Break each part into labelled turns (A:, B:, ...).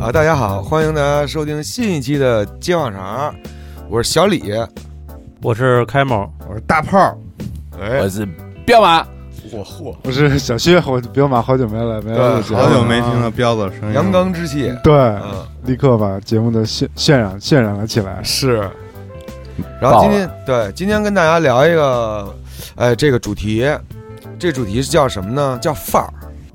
A: 啊，大家好，欢迎大家收听新一期的《街话茬》，我是小李。
B: 我是开某，
C: 我是大炮，
A: 哎，
D: 是彪马，
A: 嚯嚯，
C: 我是小薛，我彪马好久没来，没来录节
A: 对
C: 目
E: 好久没听
C: 啊
E: 到彪子的声音，
A: 阳，刚之气，
C: 对，
A: 嗯，
C: 立刻把节目的渲渲染渲染了起来。
A: 是。然后今天对今天跟大家聊一个，哎，这个主题，这主题是叫什么呢？叫范儿。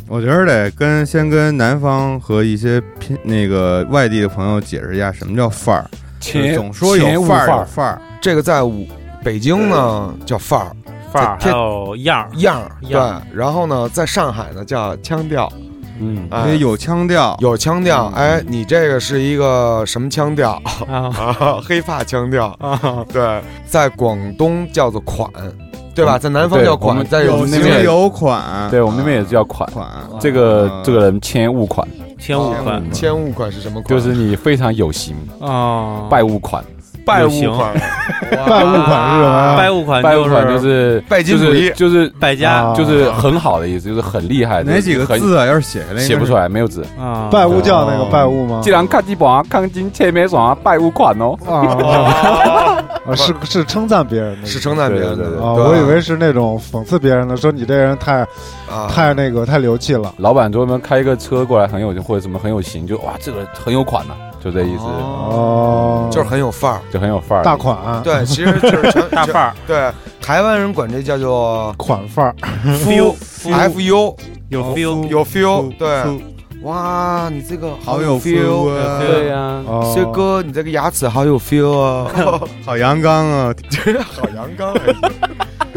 E: 我觉得得跟先跟南方和一些偏那个外地的朋友解释一下什么叫范儿，就是总说有范儿有范儿，
A: 这个在五北京呢叫范儿
B: 范儿
A: 这
B: 还有样儿，
A: 样儿，对
B: 样。
A: 然后呢，在上海呢叫腔调，
B: 嗯
D: 啊
E: 因
A: 哎
E: 为，有腔调，
A: 有腔调。
E: 嗯
A: 哎，你这个是一个什么腔调？
B: 啊
A: 啊，黑发腔调。
B: 啊，
A: 对，在广东叫做款，对吧？在南方叫
D: 我
A: 款，
D: 们
A: 在
E: 有
A: 西
E: 那
A: 北
E: 边有款，
D: 对我们那边也叫款。
E: 款，
D: 这个
E: 啊
D: 这个人千物款，
B: 千五
A: 千
B: 款
A: 物千物款是什么款？
D: 就是你非常有型，
B: 啊，
D: 哦拜物款。
A: 拜
B: 有
A: 物
B: 型
A: 款，嗯
C: 拜物款是什么呀？
B: 拜物款
D: 拜物款就是
A: 拜金
D: 就
A: 主义
D: 是就是
B: 败家
C: 啊
D: 就是很好的意思，就是很厉害。
E: 哪几个
D: 很
E: 字啊？要是写下来
D: 写不出，来，没有字。
B: 啊，
C: 拜物教
A: 哦
C: 那个拜物吗
D: 既？然看鸡榜，看金切面爽，拜物款哦。
C: 啊， 啊是是称赞别人的，
A: 是称赞别人
D: 对对
A: 的。
D: 对
C: 啊，
A: 对
C: 我以为是那种讽刺别人的，说你这人太
A: 啊，
C: 太那个太流气了。
D: 老板专门开一个车过来，很有或者什么很有型，就哇这个很有款呐，就这意思，
C: 哦，
A: 就是很有范儿。
D: 就很有范儿。
C: 大款，，
A: 对，其实就是全
B: 大范儿
A: 全对，台湾人管这叫做
C: 款范儿，
B: ，feel
A: F U，
B: 有 feel，
A: 有 feel，对。
E: 出
A: 哇，你这个
E: 好有
A: 有
E: feel 啊，
D: 对呀，
C: 哦
A: 薛哥，你这个牙齿好有 feel 啊，
E: 好阳刚 啊，
A: 好阳 刚。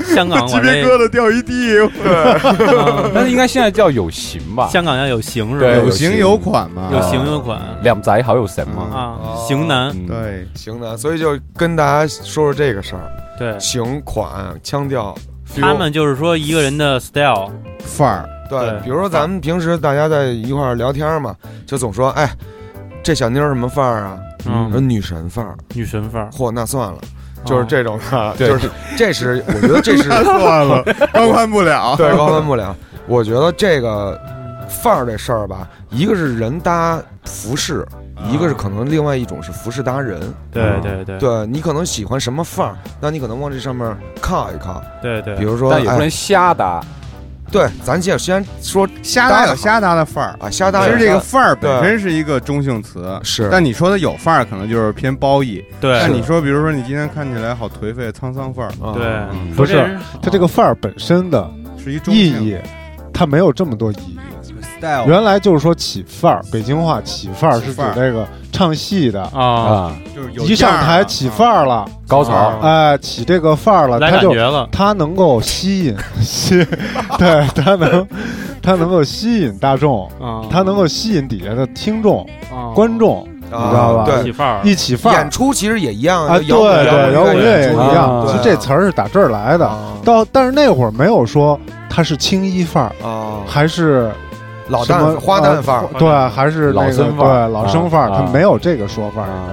B: 香港
E: 鸡
B: 管
E: 皮
B: 这
E: 疙瘩掉一地，
B: 啊
D: 但是应该现在叫有型吧？
B: 香港要有型是
D: 对
B: 吧？
E: 有型有款嘛，
B: 有型有款
D: 两宅好有神嘛。
B: 啊，型男
D: 嗯，
E: 对，
A: 行的，所以就跟大家说说这个事儿，
B: 对。
A: 型、款、腔调。feel
B: 他们就是说一个人的 style，
E: 范儿，
A: 对
B: 对，
A: 比如说咱们平时大家在一块儿聊天嘛，就总说，哎，这小妞儿什么范儿啊？
B: 嗯
A: 说女神范儿，
B: 女神范儿，
A: 嚯，那算了，就是这种的，
D: 对
A: 就是这是我觉得这是
E: 算了，高攀不了，
A: 对高分不了。我觉得这个范儿这事儿吧，一个是人搭服饰，一个是可能另外一种是服饰搭人。
B: 对对对
A: 嗯对你可能喜欢什么范儿，那你可能往这上面靠一靠。
B: 对对，
A: 比如说，
D: 但也不
A: 哎，
D: 能瞎打。
A: 对，咱就先说
E: 瞎搭有瞎搭的范儿。
A: 啊，瞎搭
E: 其
A: 人。
E: 实这个范儿本
A: 对
E: 身是一个中性词，
A: 是
E: 但你说的有范儿，可能就是偏褒义。
B: 对
E: 但你说，比如说你今天看起来好颓废、沧桑范儿，
A: 啊
B: 对，
D: 嗯
C: 不是
B: 说这人
C: 他这个范儿本身的
E: 是一中
C: 意
E: 性
C: 义，它没有这么多意义。
A: 啊哦
E: style，
C: 原来就是说起范儿，北京话起范儿
E: 起
C: 是指
E: 范儿
C: 这个唱戏的，
B: 啊，
D: 啊，
E: 就是有
C: 一上台起范儿了，
D: 高潮
E: 啊
C: 哎，起这个范儿了，
B: 来
C: 他
B: 感
C: 就
B: 觉了，
C: 他能够吸引吸， 对他能他能够吸引大众，
B: 啊
C: 他能够吸引底下的听众
B: 能
C: 观众，
A: 啊
C: 知道吧
A: 对，
B: 哦起范儿，
C: 一起范
A: 演
C: 儿
A: 出其实也一样
C: 啊，
A: 就
C: 对
A: 摇滚
C: 对，摇
A: 乐
C: 滚乐也
A: 出
C: 一
D: 啊
C: 样，
A: 对
C: 就这词儿是打这儿来的。
A: 啊
C: 到但是那会儿没有说他是青衣范儿
A: 啊，
C: 还是
A: 老
C: 什么
A: 旦花旦范儿
B: 哦
C: 啊，对，还是那
D: 老
C: 个
D: 生范儿
C: 对老生范儿，
D: 啊
C: 他没有这个说法儿，
D: 啊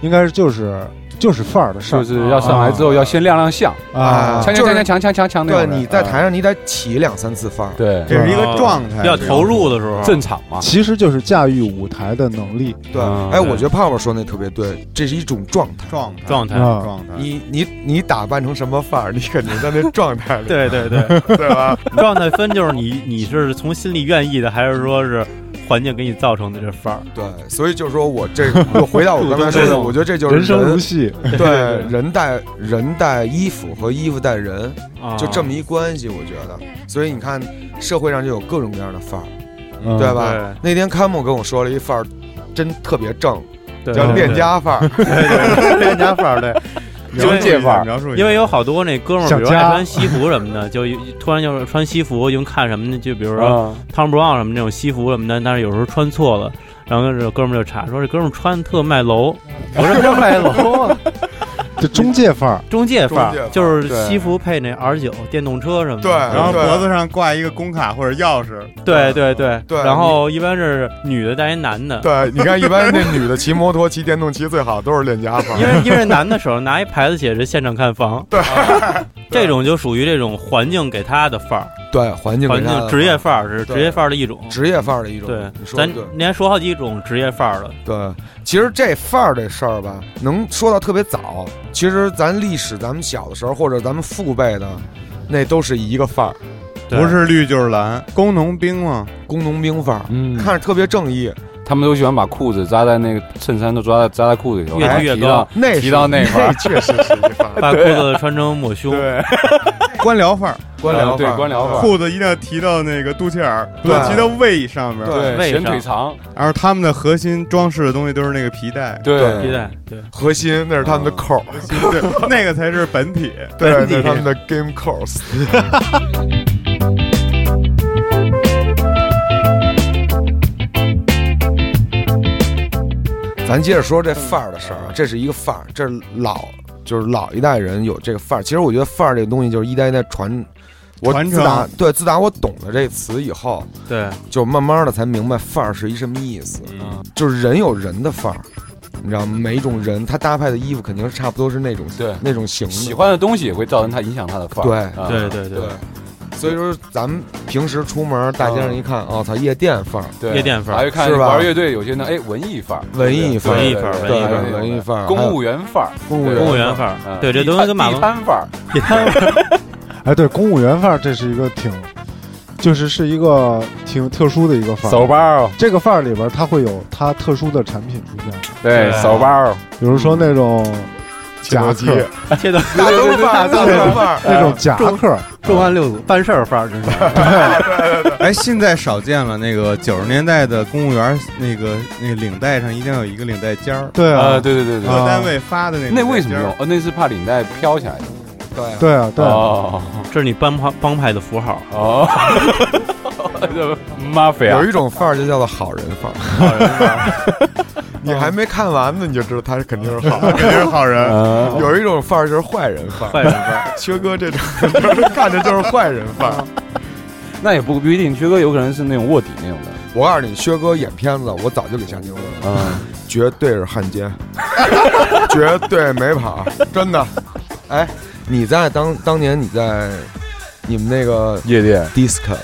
C: 应该是就是就是范儿的事
D: 就
C: 儿
D: 是要上来之后要先亮亮相，
A: 啊
D: 锵锵
A: 就是
D: 锵锵锵锵锵锵那
A: 对，
D: 种的
C: 啊
A: 你在台上你得起两三次范儿
D: 啊，对
E: 这是一个状态，
B: 要投入的时候，
D: 正常嘛，
C: 其实就是驾驭舞台的能力
A: 对，
D: 啊
A: 哎，
B: 对
A: 我觉得泡泡说那特别对，这是一种状态。
E: 状态
B: 状态，
C: 啊。
E: 状态。
A: 你你你打扮成什么范儿，你肯定在那状态里，
B: 对对对，
A: 对 吧？
B: 状态分就是你你是从心里愿意的，还是说是环境给你造成的这范儿？
A: 对，所以就是说我这个，又回到我刚才说的，我觉得这就是
C: 人生如戏，
A: 对人带人带衣服和衣服带人，
B: 啊，
A: 就这么一关系，我觉得。所以你看，社会上就有各种各样的范儿，
C: 嗯
A: 对吧？
B: 对
A: 那天看木跟我说了一范儿，真特别正，
B: 对
A: 叫
B: 对
A: 恋家范儿。
B: 恋家范儿对。
E: 描述一下
D: 境界范儿
E: 描述一下
B: 因为有好多那哥们儿，比
C: 想
B: 如说爱
C: 家
B: 穿西服什么的，就一突然就是穿西服，因为看什么呢？就比如说
D: 啊，
B: 汤姆布朗什么那种西服什么的，但是有时候穿错了，然后这哥们儿就查说这哥们儿穿特卖楼，
D: 我这叫卖楼，
C: 这中介范儿，
B: 中介
A: 中介
B: 范
A: 范
B: 儿
A: 儿
B: 就是
A: 对
B: 西服配那 R 九电动车什么的，
A: 对
E: 然后
A: 对
E: 脖子上挂一个工卡或者钥匙，
B: 对对对
A: 对
B: 然后一般是女的带一男的，
A: 对，你看一般那女的骑摩托、骑电动骑最好，都是恋家范
B: 因为因为男的手上 拿一牌子写着现场看房，对，这种就属于这种环境给他的范儿，
A: 对环境给
B: 环
A: 他
B: 境
A: 的
B: 职业范儿是
A: 对
B: 职业范儿的一种。
A: 职业范儿的一种。
B: 对
A: 你，说
B: 咱
A: 对
B: 那天说好几种职业范儿了，
A: 对，其实这范儿这事儿吧，能说到特别早。其实咱历史，咱们小的时候或者咱们父辈的，那都是一个范儿，
B: 对
E: 不是绿就是蓝，工农兵嘛，
A: 工农兵范儿，
D: 嗯，
A: 看着特别正义。
D: 他们都喜欢把裤子扎在那个衬衫都抓在扎在裤子里头，
B: 越
D: 然后
B: 越
D: 提
B: 高
D: 到
A: 那
D: 提到那块儿
A: 那确实是一范儿，
B: 把裤
E: 啊
B: 子穿成抹胸，
D: 对
E: 官僚范儿，
A: 官僚
D: 对
A: 范
D: 官
A: 儿。
D: 僚范儿，
E: 裤子一定要提到那个肚脐眼儿，不
A: 对
E: 要提到胃上面。
A: 对
B: 为
D: 显
B: 啥
D: 腿长，
E: 然后他们的核心装饰的东西都是那个皮带，
A: 对
B: 皮带，对，
A: 核心那是他们的扣儿，
E: 对，那个才是本体。
A: 对，
B: 本
A: 那
B: 地
A: 是他们的 game course。咱接着说这范儿的事儿啊，这是一个范儿，这是老就是老一代人有这个范儿。其实我觉得范儿这个东西就是一代一代传，我
E: 传
A: 自打
E: 承
A: 对自打我懂了这词以后，
B: 对，
A: 就慢慢的才明白范儿是一什么意思。
D: 嗯，
A: 就是人有人的范儿，你知道吗？每一种人他搭配的衣服肯定是差不多是那种
D: 对
A: 那种型的。
D: 喜欢的东西也会造成他影响他的范儿，
A: 对
D: 啊
B: 对对
A: 对，所以说咱们平时出门大街上一看，哦操，夜店范儿、
D: 对
B: 夜店范儿
D: 还有看
A: 是吧
D: 玩乐队有些呢，哎，文艺范儿，
A: 文艺范儿
D: 对
B: 文艺范儿
D: 对
A: 对
D: 对对
A: 文艺范儿、
D: 公务员范儿，
A: 公务
D: 对
B: 公务
A: 员
B: 员范
D: 嗯
B: 儿，对，这东西跟马
D: 地
B: 龙
D: 摊范儿，
B: 地 摊儿
C: 哎，对，公务员范儿这是一个挺，就是是一个挺特殊的一个范儿。
D: 包儿，
C: 这个范儿里边儿它会有它特殊的产品出现，
D: 对
B: 对
D: 手包儿，
C: 比如说那种夹克，
B: 切的
A: 大灯 范儿，大灯范儿。
C: 那种夹
A: 哎
C: 克，
B: 重案六组办事儿范儿，真是
E: 哎，现在少见了。那个九十年代的公务员，那个那个领带上一定要有一个领带尖儿，
C: 对
D: 呃，
C: 啊，
D: 对对对对
E: 各
C: 啊，
E: 单位发的那个领带尖
D: 那
E: 儿。
D: 为什么用？哦，那是怕领带飘起来的，
A: 对，
C: 对啊，对啊，
D: 哦
B: 这是你帮派帮派的符号，
D: 哦，这 mafia
A: 有一种范儿就叫做好人范儿。
D: 啊好人范儿
A: 你还没看完呢，你就知道他肯定是好人。
E: 肯定是好人。
D: 嗯
A: 有一种范儿就是坏人范儿，
B: 坏人范 儿，
A: 缺哥这种就是看着就是坏人范儿。
D: 那也不不一定，薛哥有可能是那种卧底那种的，
A: 我告诉你，薛哥演片子，我早就给下定论了。
D: 嗯，
A: 绝对是汉奸，绝对没跑，真的。哎，你在当当年你在你们那个
D: 夜店，
A: disco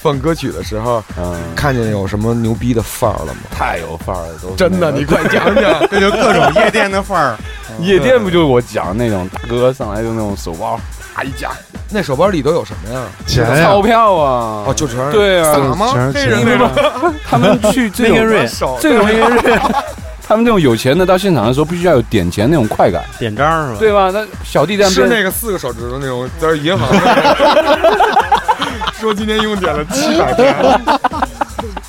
A: 放歌曲的时候，
D: 嗯，
A: 看见有什么牛逼的范儿了吗？
D: 太有范儿了，都是
A: 真的，
D: 那
A: 你
D: 种
A: 快讲 讲。
E: 这就各种夜店的范儿，
D: 夜店不就是我讲那种大哥上来就那种手包，啪一夹，
A: 那手包里都有什么呀？
C: 钱呀
D: 钞，票啊，
A: 哦，就全是
D: 哎对啊
A: 撒吗？
C: 全是
E: 这人
C: 钱
E: 为什么
D: 他们去这
B: 那个
D: 种
B: 瑞
A: 手
D: 这种音乐， 他们这种有钱的到现场的时候，必须要有点钱那种快感，
B: 点章是吧？
D: 对吧？那小弟在
A: 是
D: 边
A: 那个四个手指头那种，在银 行。说今天一共点了七百块，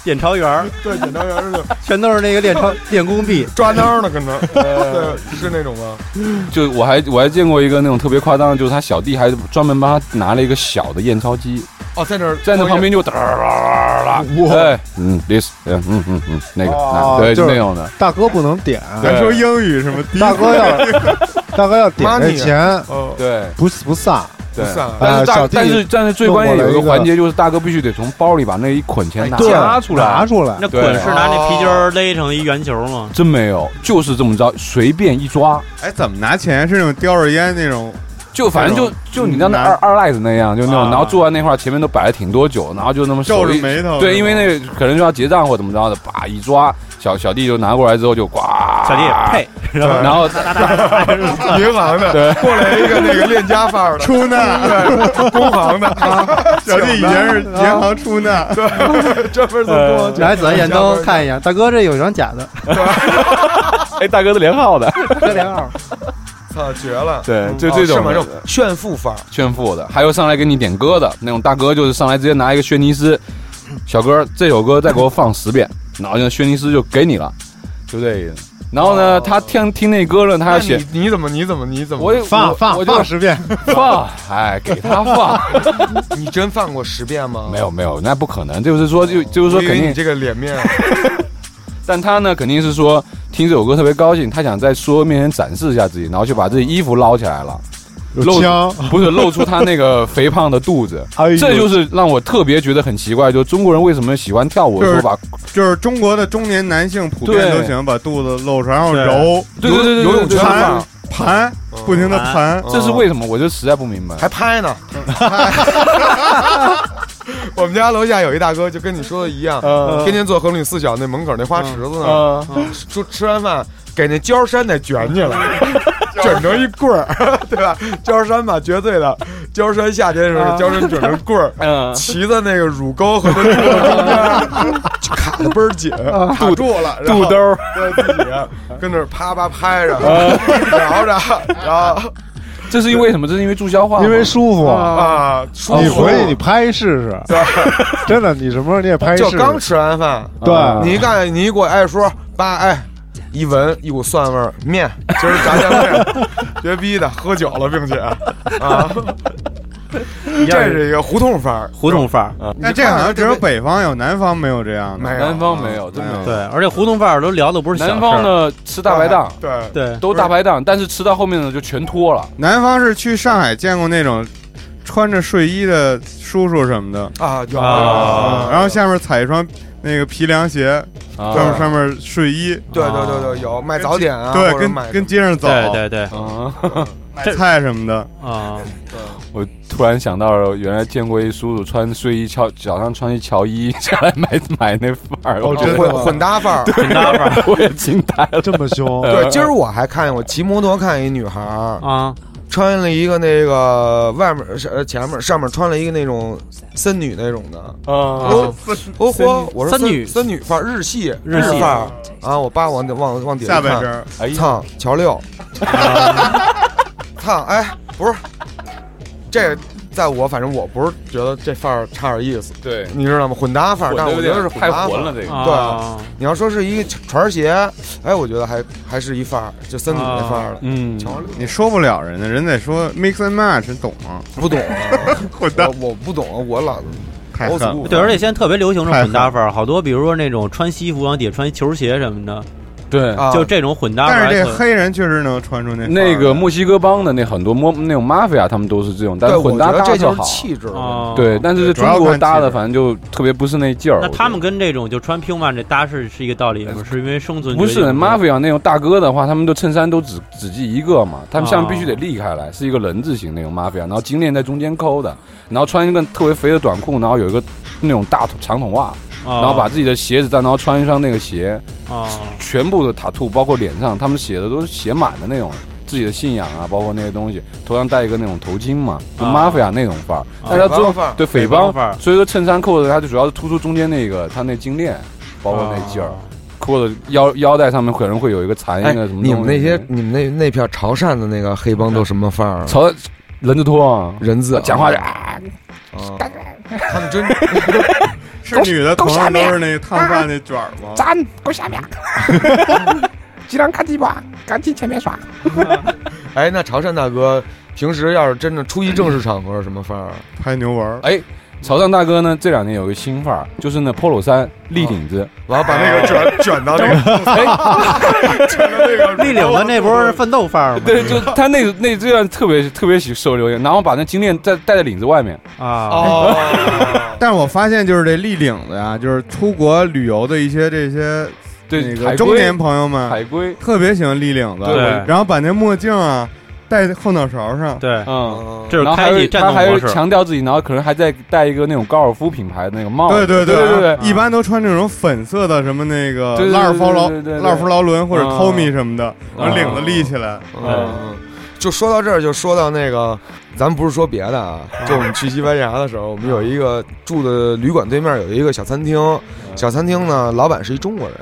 B: 点钞员儿
A: 对，检查员是
B: 全都是那个练钞练功币，
A: 抓挠呢，可能，对，是那种吗？
D: 就我还我还见过一个那种特别夸张的，就是他小弟还专门帮他拿了一个小的验钞机，
A: 哦，在那儿
D: 站在旁边就哒啦啦啦啦，哎，嗯，this，嗯嗯嗯嗯，那个，
C: 哦
A: 啊
D: 那对，
C: 就是
D: 那种的，
C: 大哥不能点，
E: 咱说英语什么低？
C: 大 哥要
A: 啊
C: 大哥要点这
A: Money
C: 钱，
A: 哦，
D: 对
C: 不不飒，
D: 对
A: 不。散
D: 但是大
C: 哎小，弟
D: 但是但是最关键有一
C: 弄过
D: 个
C: 来一个
D: 环节就是大哥必须得从包里把那一捆
A: 哎
D: 钱拿
C: 对，
D: 拿出来
C: 拿，出来
B: 那，滚是拿
A: 哦
B: 那皮筋儿勒成一圆球吗？
D: 真没有，就是这么着，随便一抓，
E: 哎，怎么拿钱？是那种叼着烟那种？
D: 就反正就就
C: 嗯
D: 你像那
E: 拿
D: 二二赖子那样，就那种，
B: 啊
D: 然后坐在那块儿，前面都摆了挺多酒，然后就那么手
E: 皱着
D: 一
E: 眉头
D: 对，因为那个可能就要结账或怎么着的，叭一抓，小小弟就拿过来之后就呱，
B: 小
A: 啊
B: 弟，呸，然后
D: 然后
B: 哒哒哒哒哒哒
A: 银行的过来一个那个链家范儿的，
E: 出 纳，啊
A: 工行的，
E: 小弟以前是银
D: 啊
E: 行出纳，
A: 专门从工行
F: 来，咱眼灯看一眼，大哥，这有一张假的，
D: 哎，大哥是连号的，
F: 这连号。
A: 操，绝了！
D: 对，就
A: 哦
D: 这
A: 是
D: 种
A: 吗这种炫富范儿，
D: 炫富的，还有上来给你点歌的那种大哥，就是上来直接拿一个轩尼诗，小哥这首歌再给我放十遍，然后那轩尼诗就给你了，就这意思。然后呢，他听听那歌呢，他
A: 那
D: 要写
A: 你，你怎么你怎么你怎么
D: 我也
C: 放
D: 我
C: 放
D: 我就
C: 放十遍，
D: 放，哎，给他放。
A: 你真犯过十遍吗？
D: 没有，没有，那不可能，就是说就就是说
A: 我
D: 肯
A: 以为你
D: 定，
A: 这个脸面，
D: 但他呢肯定是说听这首歌特别高兴，他想在所有面前展示一下自己，然后就把自己衣服捞起来了，
C: 有
D: 露
C: 枪，
D: 不是露出他那个肥胖的肚子，
C: 哎呦
D: 这就是让我特别觉得很奇怪，就中国人为什么喜欢跳舞
E: 就
D: 的
E: 是
D: 时候把
E: 就是中国的中年男性普遍
D: 对
E: 都喜欢把肚子露出来，然后
B: 对
E: 揉
D: 对对对对
A: 游泳圈
D: 对对
E: 缠
A: 范
E: 盘，不停的盘，
D: 这是为什么？我就实在不明白。
A: 还拍呢。 我们家楼下有一大哥，就跟你说的一样，
D: 嗯
A: 天天坐横岭四小那门口那花池子呢，说吃完饭给那焦山那卷起 来，卷成一棍儿， 对吧？焦山吧，绝对的。焦山夏天的时候，焦山卷成棍儿，
D: 嗯，
A: 骑在那个乳沟和那柱子中间，就卡的倍儿紧，卡住了，然后
D: 嗯肚兜儿
A: 对自己啊跟那儿啪啪拍着，
D: 嗯
A: 聊着，然后
D: 这是因为什么？这是因为助消化吗，
C: 因为舒服。
A: 啊，舒
C: 你
A: 服
C: 回。去你拍试试，真的，你什么时候你也拍试
A: 就
C: 试。
A: 刚吃完饭，
C: 对，啊
A: 你一看，你一给我爱说爸哎，一闻一股蒜味儿，面，今儿炸酱面，绝逼的，喝酒了，并且啊，这是一个胡同范儿，
B: 胡同范儿，
E: 那这好像只有北方有，南方没有这样的。
A: 没有
D: 南方没有，真没
E: 没有
D: 有。
B: 对，而且胡同范儿都聊的不是小
D: 南
B: 事儿
D: 方呢吃大排档，
A: 对，
B: 对，
D: 都大排档，但是吃到后面呢就全脱了。
E: 南方是去上海见过那种穿着睡衣的叔叔什么的，
A: 啊，有
B: 啊
E: 然后下面踩一双那个皮凉鞋，
D: 啊
E: 上面上面睡衣，
A: 对对对对，有卖早点啊，
E: 对，
A: 或者卖
E: 跟跟街上走，
B: 对对对
D: 啊！
E: 买菜什么的，
B: 啊，
D: 我突然想到了，原来见过一叔叔穿睡衣乔，脚上穿一乔伊下来买买那范儿，我
C: 哦
D: 觉
C: 真
D: 得
C: 的
A: 混混搭范儿。
B: 挺大范儿
D: 我也惊呆了。
C: 这么凶，啊
A: 对，今儿我还看见我骑摩托看一女孩儿，
D: 嗯
B: 啊，
A: 穿了一个那个外面呃前面上面穿了一个那种森女那种的，
D: 啊
A: 哦，哦嚯！我说
B: 三女
A: 三女范儿，日系
B: 日系
A: 范儿啊！我爸往往往底下
E: 下
A: 一
E: 半
A: 看，
E: 身
D: 哎呀，
A: 操，乔六，操，哎，不是，这个在我反正我不是觉得这范儿差点意思，
D: 对，
A: 你知道吗？混搭范儿，但我觉得是混
D: 太
A: 搭
D: 混
A: 范
D: 了
A: 儿。
D: 这个。
B: 啊，
A: 你要说是一个船鞋，哎，我觉得还还是一范儿，就森女那范儿的。
D: 嗯，
A: 乔六，
E: 你说不了人家，人得说 mix and match，你懂 吗？
A: 不懂啊，
E: 混搭
A: 我我不懂，啊我老
E: 太
A: 我
E: 狠
A: 死
E: 了，
A: 不
B: 对，而且现在特别流行这种
E: 太
B: 混搭范儿，好多比如说那种穿西服，然后底下穿一球鞋什么的，
D: 对，
A: 啊
B: 就这种混搭范
E: 但
B: 儿
E: 是
B: 还
E: 这
B: 特。
E: 黑人确实能穿出那范儿
D: 那个墨西哥帮的那很多摸那种 mafia，他们都是这种，但是
A: 对，
D: 混
A: 我
D: 搭
A: 觉得
D: 搭
A: 这就
D: 好
A: 是。气质的问题。
F: 哦
B: 啊，
D: 对，，但是
E: 对
D: 中
E: 主要
D: 国
E: 看
D: 搭
E: 气
D: 的
E: 质
D: 反正就特别不是那劲儿。
B: 那
D: 我
B: 他
D: 觉
B: 们跟这种就穿 Puma 这搭是是一个道理吗？是因为生
D: 得
B: 存
D: 哎不是
B: 决定吗
D: mafia 那种大哥的话，他们的衬衫都只只系一个嘛，他们下面
B: 啊
D: 必须得立开来，是一个人字形那种 mafia，然后金链在中间扣的，然后穿一个特别肥的短裤，然后有一个那种大筒长筒袜，
B: 啊
D: 然后把自己的鞋子再然后穿一双那个鞋，
B: 啊
D: 全部的塔兔，包括脸上，他们写的都是写满的那种自己的信仰啊，包括那些东西，头上戴一个那种头巾嘛，就
B: 啊
D: mafia 那种范儿。但是他
A: 匪
D: 最
A: 帮
D: 后
A: 啊范儿
D: 对匪
B: 帮
D: 帮
B: 范儿
D: 所以说衬衫扣的它就主要是突出中间那个它那金链，包括那劲儿，扣的腰腰带上面可能会有一个残
A: 啊哎，
D: 一个什么东西。
A: 你们那些你们那那片潮汕的那个黑帮都什么范儿啊？
D: 朝人字拖啊，
A: 人字啊
D: 讲话就啊，
A: 啊他们真
E: 是女的头上都是那烫发那卷儿吗？
G: 咱够下面，既然赶紧吧，赶紧前面耍。
A: 哎，那潮汕大哥平时要是真的出一正式场合是什么范儿啊？
E: 拍牛丸儿，
D: 哎。潮汕大哥呢，这两年有个新范儿，就是那 polo 衫立领子，
A: 然后把那个卷卷到那个
F: 立领的那不是奋斗范儿吗？
D: 对，就他那个那这样特别特别喜受流行，然后把那金链戴戴在领子外面，
F: 啊，
A: 哦，
E: 但是我发现就是这立领子呀，就是出国旅游的一些这些
D: 对，
E: 那
D: 海
E: 个
D: 龟
E: 中年朋友们
D: 海龟，
E: 特别喜欢立领子，
D: 对
E: 然后把那墨镜啊戴后脑勺上，
B: 对，
F: 哦
D: 嗯，
A: 嗯
B: 这是
D: 然后还
B: 开
D: 有
B: 启战
D: 他
B: 斗
D: 还
B: 模
D: 有
B: 式。
D: 强调自己，然后可能还在戴一个那种高尔夫品牌的那个帽
E: 对对
D: 子，对
E: 对
D: 对啊
E: 一般都穿那种粉色的什么那个
D: 对对对
E: 拉尔夫劳
D: 对对对对啊
E: 拉尔夫劳伦或者
D: 嗯
E: Tommy 什么的，然后领子立起来，
A: 嗯，就说到这儿，就说到那个，咱们不是说别的啊，就我们去西班牙的时候，我们有一个住的旅馆对面有一个小餐厅，小餐厅呢，老板是一中国人，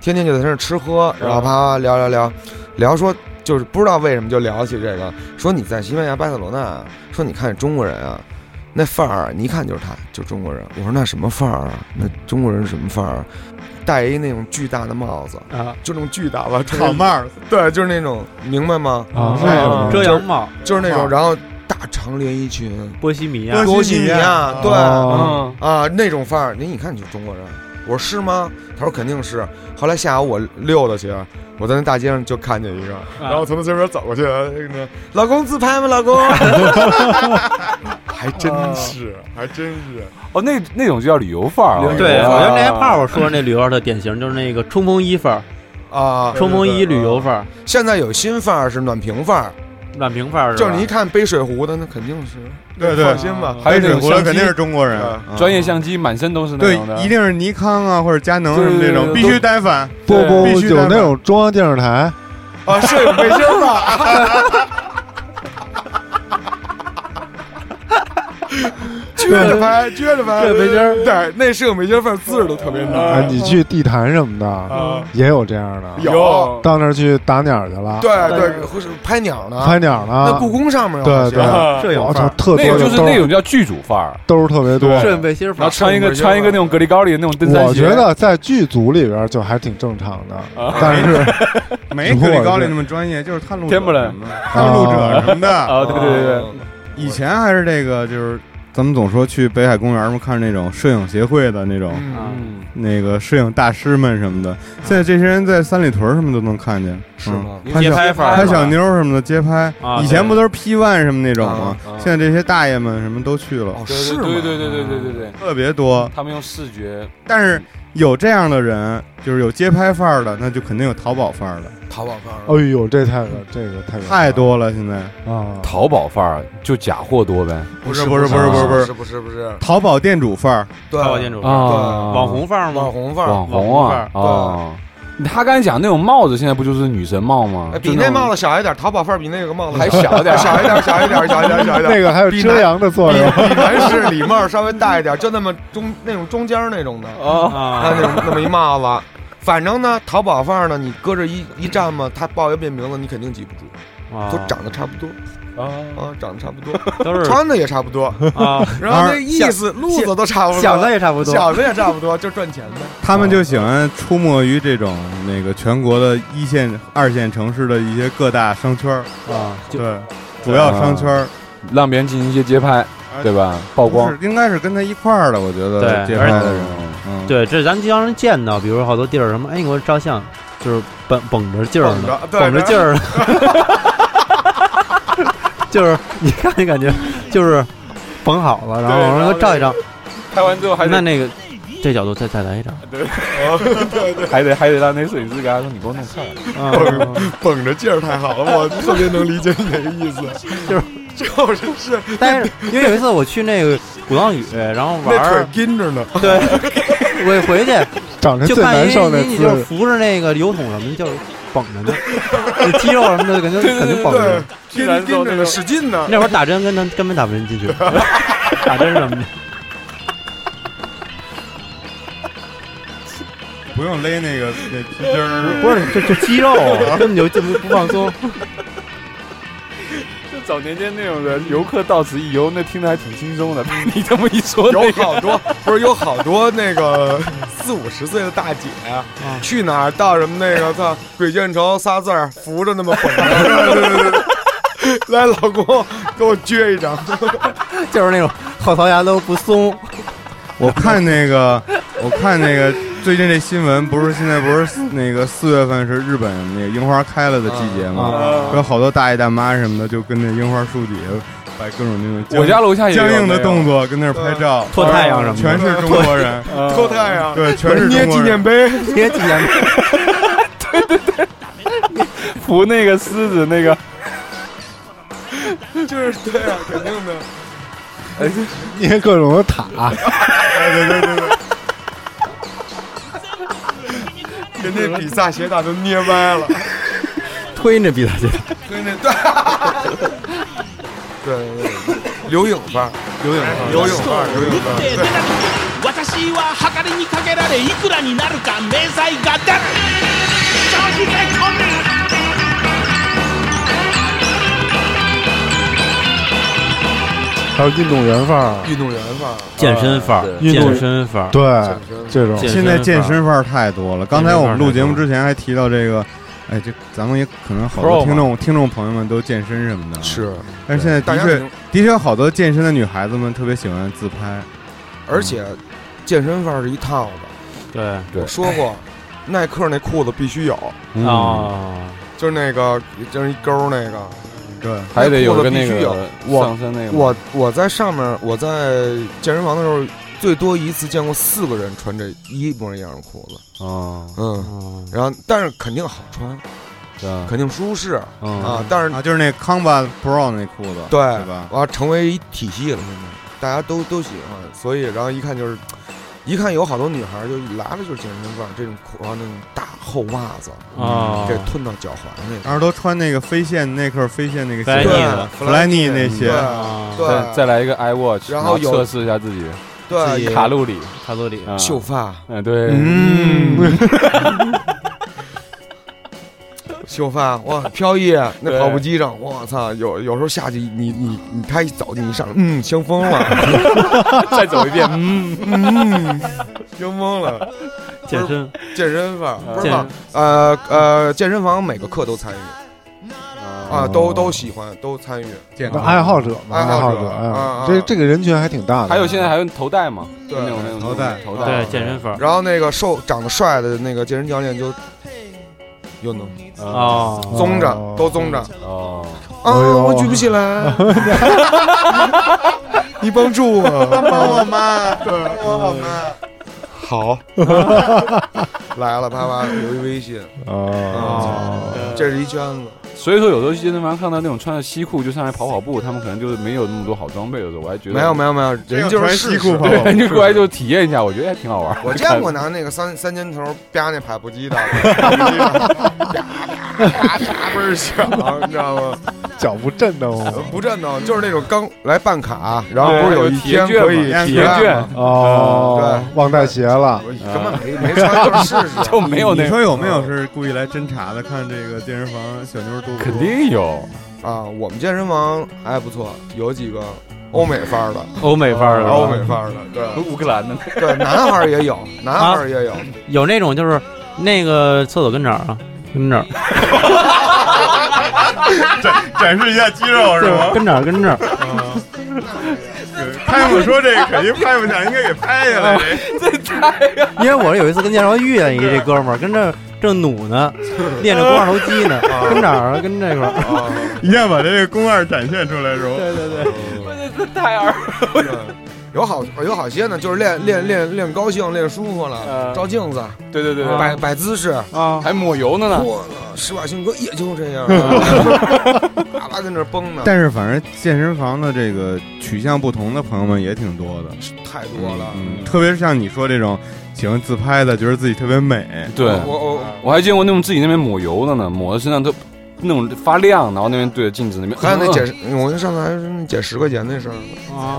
A: 天天就在那儿吃喝，然后啪啪聊聊聊，聊说就是不知道为什么就聊起这个，说你在西班牙巴塞罗那啊，说你看中国人啊。那范儿，你一看就是他，就中国人。我说那什么范儿啊？那中国人是什么范儿啊？戴一那种巨大的帽子，
B: 啊
A: 就那种巨大吧，
E: 草帽儿，
A: 对，就是那种，明白吗？
D: 哦
B: 啊
E: 哎呦
B: 遮阳帽，
A: 就是那种，
E: 啊
A: 然后大长连衣裙，
B: 波西米亚
E: 波
A: 波
E: 西
A: 西
E: 米
A: 米
E: 亚
A: 亚，啊对
C: 哦
D: 嗯，
A: 啊，那种范儿，你一看你就是中国人。我说是吗？他说肯定是。后来下午我溜达去，我在那大街上就看见一
B: 啊
A: 个，然后从他身边走过去，哎那个老公自拍吗？老 公，还真
D: 啊
A: 是，还真是。
D: 哦，那那种就叫旅游范儿啊，
B: 对，
D: 啊
B: 我觉得那些炮我说那旅游的典型就是那个冲锋衣范儿，
A: 啊。
B: 冲锋衣旅游范儿、
A: 现在有新范儿是暖瓶范儿，
B: 暖瓶范儿吧，
A: 就是你一看背水壶的，那肯定是
E: 对对
A: 放心吧。
D: 还有
E: 背
D: 那
E: 水
D: 种
E: 壶的
D: 相
E: 肯定
D: 机
E: 是，中国人，
A: 啊
E: 嗯
D: 专业相机满身都是那
E: 对
D: 种的，，
E: 一定是尼康啊或者佳能
D: 对
E: 什么这
D: 对
E: 种，
D: 对
E: 必
D: 都
E: 须单反。
C: 不
D: 对
C: 不，
E: 必须
C: 有
E: 单反
C: 那种中央电视台，
A: 啊，摄影背心儿吧，撅着拍，撅着拍，
B: 这背心儿
A: 对，那摄影背心儿范儿姿势都特别
C: 啊，
A: 难。
C: 你去地坛什么的
A: 啊，
C: 也有这样的，
A: 嗯有，
C: 到那儿去打鸟去了，
A: 对对，或是拍鸟呢，
C: 拍鸟
A: 那
C: 呢，
A: 故宫上面有
C: 对
A: 好啊些，
C: 对
B: 摄影
C: 我
B: 范
C: 操，
B: 儿，
C: 特
D: 那种
C: 多的
D: 就是
C: 兜
D: 那
C: 儿
D: 种叫剧组范儿，
C: 兜儿特别多。
E: 对
F: 顺背心儿
D: 然后
F: 法，
D: 穿一
A: 冲
D: 个
A: 着就
D: 穿一个那种格力高里的那种登山
C: 我
D: 鞋，
C: 觉得在剧组里边就还挺正常的，
D: 啊
C: 但是
E: 没格力高里那么专业，就是探路者什么的
D: Timberland
E: 探路者什么的。
D: 啊，对对对对，
E: 以前还是这个，就是咱们总说去北海公园嘛，看那种摄影协会的那种
A: 嗯，
D: 嗯，
E: 那个摄影大师们什么的。现在这些人在三里屯什么都能看见，
A: 是
E: 嗯
A: 吗？
E: 拍
B: 街
E: 小
B: 拍范
E: 拍
B: 儿
E: 小
B: 嘛，
E: 妞什么的街拍
B: 啊，
E: 以前不都是 P one 什么那种吗
A: 啊啊？
E: 现在这些大爷们什么都去了，
A: 哦，
D: 对
A: 是吗？
D: 嗯对对对对对对对，
E: 特别多。
D: 他们用视觉，
E: 但是有这样的人，就是有街拍范儿的，那就肯定有淘宝范儿的，
A: 淘宝范儿
C: 哎呦，这太这个太
E: 太多了。现在
C: 啊！
D: 淘宝范儿就假货多呗
A: 不
E: 是
A: 不
E: 不是
A: 不
E: 不是
A: 不
E: 不是
A: 是不是不是，
E: 淘宝店主范儿，
A: 对，
B: 淘宝店主范儿
A: 啊
B: 网红范儿
A: 网
B: 吗？
A: 红范
D: 网
A: 儿，
D: 红啊
B: 网
A: 红范儿
D: 啊。他刚才讲那种帽子，现在不就是女神帽吗
A: 哎？比那帽子小一点，淘宝范儿比那个帽子
D: 还小点 儿
A: 小一点，小一点，小一点，小一点。
C: 那个还有
A: 比
C: 遮
A: 男
C: 阳的作
A: 比
C: 用，
A: 比男士礼帽稍微大一点，就那么中那种中间儿那种的，
D: 啊，
A: 他那
B: 啊，
A: 种那么一帽子。反正呢，淘宝范儿呢，你搁这一一站嘛，他报一遍名字，你肯定记不住，
B: 啊
A: 都长得差不多啊，长得差不多，
B: 都 是
A: 穿的也差不多，
B: 啊，
A: 然后那意思路子都差不多，
F: 想的也差不多。
A: 想的也差不多，就赚钱呗。
E: 他们就喜欢出没于这种那个全国的一线、二线城市的一些各大商圈儿，
B: 啊，就
E: 对，主要商圈儿，
D: 让别人进行一些街拍，对吧？曝
E: 不
D: 光
E: 是，应该是跟他一块儿的，我觉得
B: 对
E: 街拍的
D: 而
E: 人，嗯，
B: 对，这咱经常见到，比如好多地儿什么，哎，你给我照相，就是绷绷着劲儿
A: 绷
B: 呢
A: 着，对
B: 绷着劲儿呢， 就是你看那感觉，就是绷好了，然后
D: 对
B: 我
D: 然
B: 说
D: 后
B: 照一张，
D: 拍完之后
B: 那那个这角度再再来一张，
D: 还得还得让那摄影师给他说你给我弄错了，
B: 啊，
A: 绷着劲儿太好了，我特别能理解你的意思，就是就是是
B: 但是因为有一次我去那个鼓浪屿，然后玩
A: 那腿
B: 儿，
A: 筋着呢，
B: 对， 我回去
C: 长得
B: 就
C: 最
B: 看
C: 难
B: 人
C: 受那
B: 人你就是
C: 次。
B: 扶着那个油桶什么的，就是绷着 呢，那肌肉什么的感觉肯定绷着
A: 对。，筋筋着呢，使劲呢。
B: 那会儿打针跟他根本打不 进去，打针什么的。
E: 不用勒那个那皮筋儿，
B: 不是，这这肌肉啊根本就就不不放松。
D: 就早年间那种人，游客到此一游，那听着还挺轻松的。 你这么一说，
A: 有好多不是有好多那个四五十岁的大姐，去哪儿到什么那个操鬼见愁仨字儿扶着那么捧着，对对对对来老公给我撅一张，
F: 就是那种后槽牙都不松，
E: 我看那个，我看那个最近这新闻，不是现在不是那个四月份是日本那个樱花开了的季节吗？有好多大爷大妈什么的就跟那樱花树底下摆各种那种僵
D: 我家楼下也有
E: 僵硬
D: 那
E: 的
D: 个
E: 动作，跟那儿拍照，
B: 呃脱太阳什么的
E: 全是中 国人，
A: 脱啊太阳，
E: 对，全是
A: 捏
E: 中
A: 纪
E: 国人
A: 念。碑，
F: 贴几年
D: 扶那个狮子那个，
A: 就是对啊，肯定的。
C: 捏各种的塔，
A: 人家比萨斜塔都捏歪了，
F: 推着比他去。
A: 对对对，对对对，刘影范儿，刘影范儿，刘影范儿，刘影范儿，
H: 私は計りにかけられいくらになるか明細が出る正直込め
C: 还有运动员范儿，
A: 运动员范儿，
B: 健身范儿，
C: 运动
B: 健身范儿，
C: 对这种
B: 健
E: 现在健
B: 身
E: 身范儿太多了。刚才我们录节目之前还提到这个，哎，这咱们也可能好
D: Pro
E: 多
D: 嘛
E: 听众听众朋友们都健身什么的，。啊
A: 是，
E: 但是现在
A: 大
E: 的
A: 家
E: 确
A: 肯定
E: 的确有好多健身的女孩子们特别喜欢自拍，
A: 而且健身范儿是一套的。
B: 对
D: 对
A: 我说过，耐克那裤子必须有，
E: 嗯，
B: 啊，
A: 就是那个就是一勾儿那个。
E: 嗯对。
D: 还得有个那
A: 那裤子必须有
D: 个
A: 我
D: 上身那个。
A: 我我在上面，我在健身房的时候最多一次见过四个人穿这一模一样的裤子，
D: 嗯，
A: 嗯，
B: 嗯，
A: 然后但是肯定好穿，
D: 对啊，
A: 肯定舒适
D: 嗯
A: 啊，但是
E: 啊，就是那 Combat Pro 那裤子，
A: 对
E: 对吧？
A: 啊，成为一体系了，现在大家都都喜欢，所以然后一看就是，一看有好多女孩儿就拿着就是健身范儿，这种裤啊那种大厚袜子
B: 哦
A: 给吞到脚踝那种，
E: 当时都穿那个飞线耐克飞线那个
B: 弗莱
E: 鞋
B: 尼
A: 对
B: 的
E: 弗莱尼那鞋
A: 对
B: 啊
D: 再
A: 对
D: 再来一个 iWatch，
A: 然
D: 然
A: 后
D: 后
A: 有
D: 测试一下自己
A: 对
D: 卡路里，
B: 卡路里，
D: 啊
A: 秀，发
D: 嗯，对，
E: 嗯，
A: 秀发哇飘逸那跑步机上，我操，有有时候下去你你你他一走你一上，嗯，香疯 了，
D: 再走一遍，嗯
A: 香疯了。
B: 健身，
A: 健身房 不是
B: 健
A: 吧？呃呃，健身房每个课都参与啊，都都喜欢，都参与。
E: 健
C: 那爱好者嘛，
A: 爱
C: 爱
A: 好者
C: 者，哎
A: 啊啊
C: 这这个人群还挺大的。
D: 还有现在还有头戴嘛，
A: 对
D: 那种那种
E: 头戴
D: 头
B: 对
D: 戴，
B: 健身房，
A: 然后那个瘦长得帅的那个健身教练就又能
B: 哦，
A: 棕着
C: 哦，
A: 都棕着
D: 哦，
A: 啊，
C: 呦
A: 我举不起来，你帮助我，
E: 帮我妈，帮我妈。
A: 好，来了，啪啪留一微信，
C: 哦，
A: 这是一圈子，
D: 所以说有时候去健身房看到那种穿着西裤就上来跑跑步，他们可能就是没有那么多好装备的时候，我还觉得
A: 没有 没有没有，人就是
E: 西
A: 试
E: 裤
A: 试
E: 跑。
D: 对，你过来就体验一下，我觉得还挺 好玩儿。
A: 我见过拿那个三三尖头啪那跑步机的，啪啪啪倍儿响，你知道吗？
C: 脚不震哦动
A: 不震动，就是那种刚来办卡，然后不是有一天可以
E: 对有体验券嘛
D: 体
A: 体
D: 验
A: 验
D: 券
A: 吗，
C: 哦，忘带鞋了，
A: 我根本没没穿，就是试试。
D: 就没有哎那
E: 你说有没有是故意来侦查的？看这个健身房小妞儿多不多
D: 肯定有
A: 啊，我们健身房还不错，有几个欧美范儿的，
B: 欧美范儿的，
D: 啊
A: 欧美范儿的，
D: 乌克兰的，
A: 对对，男孩儿也有，男孩儿也有，
B: 有那种就是那个厕所跟哪儿啊？跟哪儿？
E: 展示一下肌
C: 哦
E: 肉是吗？
B: 跟哪儿？跟哪儿？
E: 拍不说这个肯定拍不下，应该给拍下
D: 啊
E: 来。
F: 因为我有一次跟健身房遇见一这哥们儿，跟这正努呢，练着肱二头肌呢，跟哪儿啊？跟这块儿。
E: 一定要把这个肱二展现出来是吧？
A: 有好有好些呢，就是练练练练高兴，练舒服了，照镜子，
D: 对对对对，
A: 摆摆姿势，
B: 啊，
D: 还抹油呢呢，
A: 我操，施瓦辛格也就这样啊，
B: 嗯
A: 啪啪跟那儿崩呢，
E: 但是反正健身房的这个取向不同的朋友们也挺多的，
A: 太多了。
E: 嗯，特别是像你说这种喜欢自拍的，觉得自己特别美，
D: 对
A: 我
B: 啊
A: 我
D: 我还见过那种自己那边抹油的呢，抹的身上都那种发亮，然后那边对着镜子那边，
A: 还有 那减
D: 嗯，，
A: 我上次还说那减十块钱那事儿呢，
B: 啊，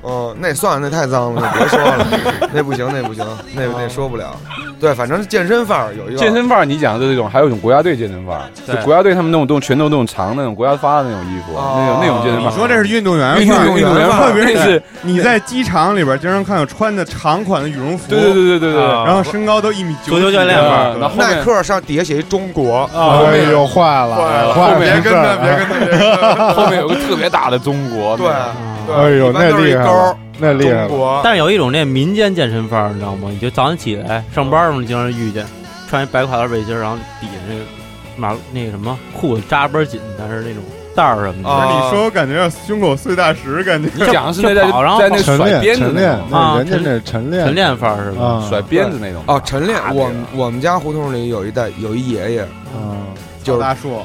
A: 哦，那算了，那太脏了，那别说了， 那不行，那不行，那那说不了。对，反正健身范儿有一个
D: 健身范儿你讲的这种，还有一种国家队健身范儿，就
B: 对
D: 国家队他们那种都全都那种长的那种国家发的那种衣服，
A: 哦
D: 那种那种健身
E: 你
D: 范
E: 说
D: 儿。
E: 这是运动员
D: 运
E: 范儿
D: 动运动员范儿
E: 特别
D: 那 是
E: 你在机场里边经常看有穿的长款的羽绒服，
D: 对对对对对对，
E: 然后身高都一米九，
B: 足球教练
D: 范儿然后
A: 耐克上底下写一中国，
D: 啊，
C: 哎呦，坏了，
D: 坏了
C: 了，
D: 别
C: 没
D: 跟
C: 事儿，
A: 别跟他别跟他，
D: 哎 后面有个特别大的中国，
A: 对，对
C: 哎呦，
A: 一般
C: 那
A: 都是一
C: 厉害
A: 勾儿
C: 了，哎那厉害
A: 中
C: 了，
A: 国，
B: 但是有一种那民间健身范儿，你知道吗？你就早上起来上班儿嘛，经常遇见，穿一白垮大背心儿，然后底下那个马那个什么裤子扎倍儿紧，但是那种带儿什么
A: 啊
B: 的。
E: 不是你说我感觉要胸口碎大石，感觉
D: 你讲的是那在
B: 就跑然后
D: 在那
C: 晨
D: 甩鞭
C: 练，
D: 子
C: 晨
D: 那
C: 练
D: 种，
C: 那
B: 啊
C: 人家那是晨练，
B: 晨练范儿是吧？
C: 啊，
D: 甩鞭子那种
A: 哦，晨练，我们我们家胡同里有一代有一爷爷，
C: 啊，
A: 就是
E: 大树，